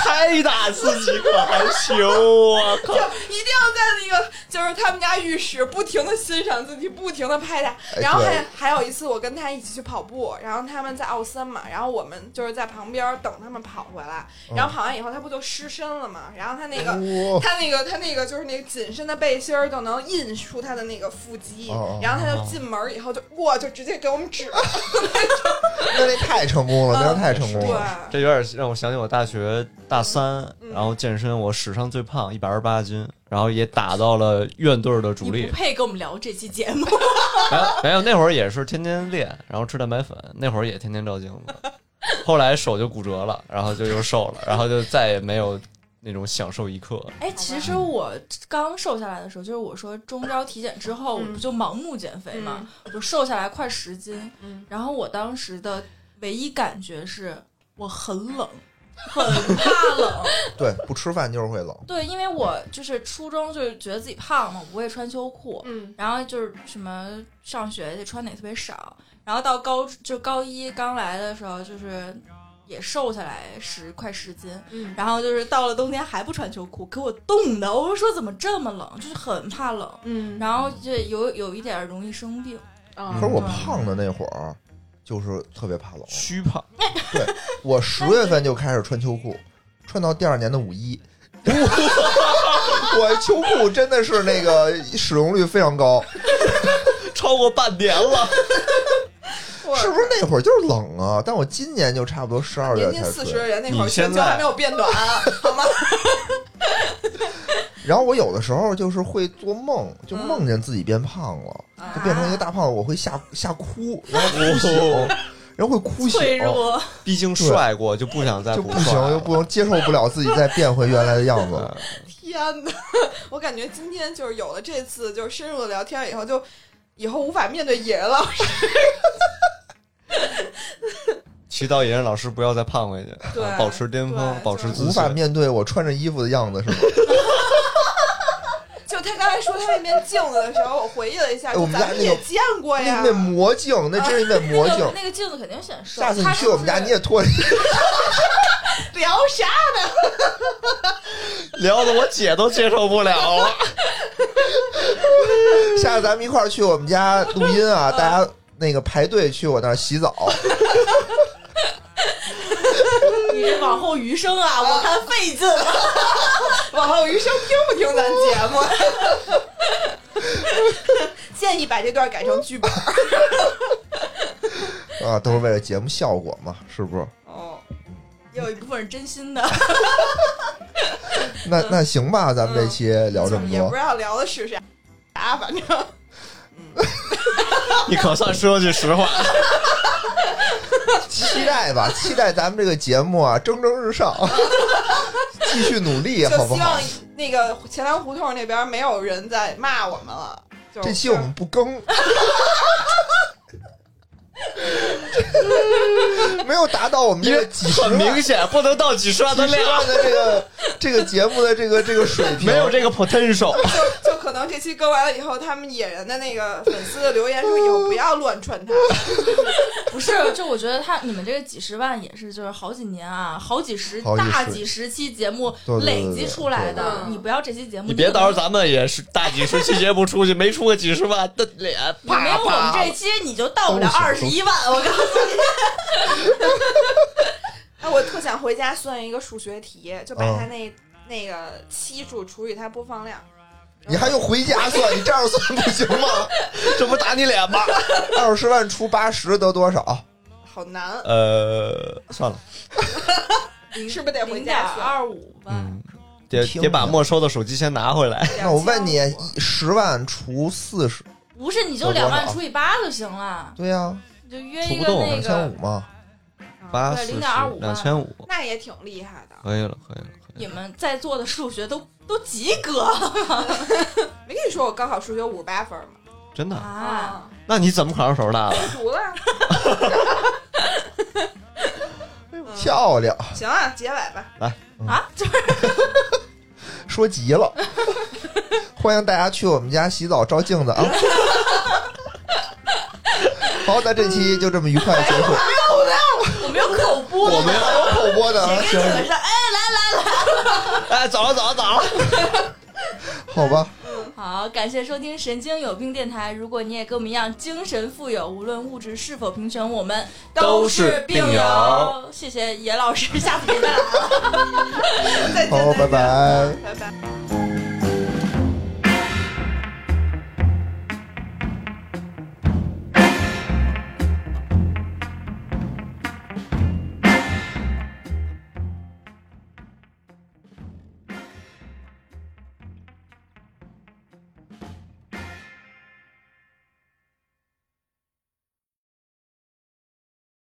[SPEAKER 2] 拍打自己可还行，我靠！
[SPEAKER 3] 一定要在那个就是他们家浴室不停的欣赏自己，不停的拍他。
[SPEAKER 4] 哎
[SPEAKER 3] 然后还
[SPEAKER 4] 对
[SPEAKER 3] 还有一次，我跟他一起去跑步，然后他们在奥森嘛，然后我们就是在旁边等他们跑回来，
[SPEAKER 4] 嗯
[SPEAKER 3] 然后跑完以后他不就湿身了嘛，然后他哎那个。
[SPEAKER 4] 哇
[SPEAKER 3] 他那个，他那个就是那个紧身的背心儿，都能印出他的那个腹肌。
[SPEAKER 4] 哦哦
[SPEAKER 3] 然后他就进门以后就哇，就直接给我们指。
[SPEAKER 4] 那那太成功了，
[SPEAKER 3] 嗯
[SPEAKER 4] 那太成功
[SPEAKER 3] 对，
[SPEAKER 4] 了。
[SPEAKER 2] 这有点让我想起我大学大三
[SPEAKER 3] 嗯，
[SPEAKER 2] 然后健身，我史上最胖，一百二十八斤，然后也打到了院队的
[SPEAKER 1] 你
[SPEAKER 2] 主力
[SPEAKER 1] 不。配跟我们聊这期节目，
[SPEAKER 2] 没有，没有，那会儿也是天天练，然后吃蛋白粉，那会儿也天天照镜子。后来手就骨折了，然后就又瘦了，然后就再也没有那种享受一刻。
[SPEAKER 1] 哎，其实我刚瘦下来的时候，就是我说中招体检之后，我
[SPEAKER 3] 嗯
[SPEAKER 1] 不就盲目减肥嘛，我就瘦下来快十斤。
[SPEAKER 3] 嗯
[SPEAKER 1] 然后我当时的唯一感觉是我很冷，很怕冷。
[SPEAKER 4] 对，不吃饭就是会冷。
[SPEAKER 1] 对，因为我就是初中就是觉得自己胖嘛，我不会穿秋裤，
[SPEAKER 3] 嗯
[SPEAKER 1] 然后就是什么上学就穿的也特别少，然后到高就高一刚来的时候，就是也瘦下来十快十斤，
[SPEAKER 3] 嗯，
[SPEAKER 1] 然后就是到了冬天还不穿秋裤，给我冻的，我说怎么这么冷，就是很怕冷，
[SPEAKER 3] 嗯，
[SPEAKER 1] 然后就有有一点容易生病，
[SPEAKER 3] 嗯
[SPEAKER 4] 可是我胖的那会儿，就是特别怕冷。
[SPEAKER 2] 虚胖，
[SPEAKER 4] 我十月份就开始穿秋裤，穿到第二年的 五一。我秋裤真的是那个使用率非常高，
[SPEAKER 2] 超过半年了。
[SPEAKER 3] 我
[SPEAKER 4] 是不是那会儿就是冷啊？但我今年就差不多十二月
[SPEAKER 3] 年
[SPEAKER 4] 才
[SPEAKER 3] 近
[SPEAKER 4] 穿。
[SPEAKER 3] 四十的人那会儿
[SPEAKER 2] 你现
[SPEAKER 3] 全球还
[SPEAKER 2] 在
[SPEAKER 3] 没有变短，好 吗？
[SPEAKER 4] 然后我有的时候就是会做梦，就
[SPEAKER 3] 嗯
[SPEAKER 4] 梦见自己变胖了，
[SPEAKER 1] 啊
[SPEAKER 3] 啊
[SPEAKER 4] 就变成一个大胖子，我会吓吓哭，然后哭醒， 然后会哭醒，哦
[SPEAKER 1] 脆弱，
[SPEAKER 2] 毕竟帅过，就不想再
[SPEAKER 4] 就
[SPEAKER 2] 不
[SPEAKER 4] 不
[SPEAKER 2] 帅
[SPEAKER 4] 行，
[SPEAKER 2] 了
[SPEAKER 4] 又不能接受不了自己再变回原来的样子了。
[SPEAKER 2] 嗯
[SPEAKER 3] 天哪！我感觉今天就是有了这次就是深入的聊天以后，就以后无法面对野人老师。
[SPEAKER 2] 祈祷野人老师不要再胖回去，
[SPEAKER 3] 对
[SPEAKER 2] 啊保持巅峰
[SPEAKER 3] 对，
[SPEAKER 2] 保持
[SPEAKER 3] 就 是
[SPEAKER 2] 自
[SPEAKER 4] 无法
[SPEAKER 2] 信。
[SPEAKER 4] 面对我穿着衣服的样 子是吗？
[SPEAKER 3] 就他刚才说他那面镜子的时候，我回忆了一下，
[SPEAKER 4] 哎
[SPEAKER 3] 就
[SPEAKER 4] 我们家
[SPEAKER 3] 咱们也
[SPEAKER 4] 那个
[SPEAKER 3] 见过呀
[SPEAKER 4] 那。面魔镜，那真是一面魔
[SPEAKER 1] 那
[SPEAKER 4] 镜
[SPEAKER 1] 个。那个镜子肯定显瘦。
[SPEAKER 4] 下次你
[SPEAKER 1] 它
[SPEAKER 4] 去
[SPEAKER 1] 就
[SPEAKER 4] 我们家，
[SPEAKER 1] 是
[SPEAKER 4] 你也脱了 一
[SPEAKER 3] 聊啥？
[SPEAKER 2] 聊的我姐都接受不了了。
[SPEAKER 4] 下次咱们一块儿去我们家录音啊，大家那个排队去我那儿洗澡。
[SPEAKER 1] 你这往后余生啊，我看费劲了。
[SPEAKER 3] 往后余生听不听咱节目？ 建议把这段改成剧本。
[SPEAKER 4] 啊，都是为了节目效果嘛，是不是？
[SPEAKER 3] 哦，
[SPEAKER 1] 也有一部分是真心的，嗯
[SPEAKER 4] 那那行吧，咱们这期聊这么
[SPEAKER 3] 也不
[SPEAKER 4] 多
[SPEAKER 3] 知，道聊的是啥，啥反正
[SPEAKER 2] 你可算说句实话，
[SPEAKER 4] 期 待吧，期待咱们这个节目啊蒸蒸日上，继续努力，好
[SPEAKER 3] 就
[SPEAKER 4] 不
[SPEAKER 3] 希
[SPEAKER 4] 好
[SPEAKER 3] 望？那个钱粮胡同那边没有人在骂我们了。就
[SPEAKER 4] 这期我们不 更，没有达到我们
[SPEAKER 2] 因
[SPEAKER 4] 这
[SPEAKER 2] 为
[SPEAKER 4] 个几十
[SPEAKER 2] 很
[SPEAKER 4] 万、
[SPEAKER 2] 明显不能到几十万的
[SPEAKER 4] 几十
[SPEAKER 2] 量，
[SPEAKER 4] 万的这个这个节目的这个这个水平，
[SPEAKER 2] 没有这个 potential。
[SPEAKER 3] 就就可能这期更完了以后，他们野人的那个粉丝的留言说以后不要乱串 他。
[SPEAKER 1] 不是？就我觉得他你们这个几十万也是，就是好几年啊，好几十
[SPEAKER 4] 好几十
[SPEAKER 1] 大几十期节目
[SPEAKER 4] 对对对
[SPEAKER 1] 累积出来
[SPEAKER 3] 对对
[SPEAKER 1] 的。
[SPEAKER 3] 对
[SPEAKER 1] 你不要这期节目，
[SPEAKER 2] 你别到时候
[SPEAKER 1] 咱
[SPEAKER 2] 咱们也是大几十期节目出去，没出个几十万的脸，啪
[SPEAKER 1] 没有我们
[SPEAKER 2] 啪
[SPEAKER 1] 这。期你就到不了
[SPEAKER 4] 都行
[SPEAKER 1] 二十一万，我告诉你。
[SPEAKER 3] 哎，我特想回家算一个数学题，就把
[SPEAKER 4] 嗯
[SPEAKER 3] 他那、那个期数除以他播放量。
[SPEAKER 4] 你还用回家算？你这样算不行 吗？
[SPEAKER 2] 这不打你脸吗？
[SPEAKER 4] 二十万除八十得多少？
[SPEAKER 3] 好难， 啊
[SPEAKER 2] 呃，算了，
[SPEAKER 3] 是不是得回
[SPEAKER 1] 零点
[SPEAKER 3] 家算？
[SPEAKER 1] 二五吧，
[SPEAKER 2] 嗯，得
[SPEAKER 4] 听
[SPEAKER 2] 得把
[SPEAKER 4] 着
[SPEAKER 2] 没收的手机先拿回来。
[SPEAKER 4] 那我问你
[SPEAKER 3] 2500，
[SPEAKER 4] 十万除四十，
[SPEAKER 1] 不是你就
[SPEAKER 4] 有多少
[SPEAKER 1] 两万除以八就行了，
[SPEAKER 4] 对呀、
[SPEAKER 1] 你就约
[SPEAKER 2] 除
[SPEAKER 1] 一
[SPEAKER 2] 不
[SPEAKER 1] 个那
[SPEAKER 2] 动
[SPEAKER 4] 啊两千
[SPEAKER 1] 个
[SPEAKER 4] 五嘛。
[SPEAKER 2] 八
[SPEAKER 1] 对
[SPEAKER 2] 四十
[SPEAKER 1] 0.25
[SPEAKER 2] 两千五，
[SPEAKER 3] 那也挺厉害的，
[SPEAKER 2] 可以了，可以了，可以
[SPEAKER 1] 你
[SPEAKER 2] 了。
[SPEAKER 1] 们在座的数学都都及格
[SPEAKER 3] 没跟你说我高考数学五十八分吗？
[SPEAKER 2] 真
[SPEAKER 4] 嗯
[SPEAKER 2] 的？
[SPEAKER 1] 啊！，
[SPEAKER 2] 那你怎么考上首师大的？
[SPEAKER 3] 读 了。
[SPEAKER 4] 哎
[SPEAKER 3] 嗯
[SPEAKER 4] 漂亮，
[SPEAKER 3] 行啊，结尾 吧。
[SPEAKER 1] 啊，就是
[SPEAKER 4] 说急了。 欢迎大家去我们家洗澡照镜子 啊！好，那这期就这么愉快地结束。
[SPEAKER 1] 我没有口播，
[SPEAKER 4] 我们有口播的啊，行
[SPEAKER 1] 谁，跟你们说？哎，
[SPEAKER 2] 哎，走了，走了，走了。
[SPEAKER 4] 好吧，
[SPEAKER 1] 好，感谢收听《神经有病电台》。如果你也跟我们一样精神富有，无论物质是否贫穷，我们
[SPEAKER 2] 都
[SPEAKER 1] 是
[SPEAKER 2] 是
[SPEAKER 1] 病
[SPEAKER 2] 病友
[SPEAKER 1] 谢谢野老师，下次别再来了。
[SPEAKER 3] 再见，
[SPEAKER 4] 好，
[SPEAKER 3] 再见
[SPEAKER 4] 拜拜。
[SPEAKER 3] 拜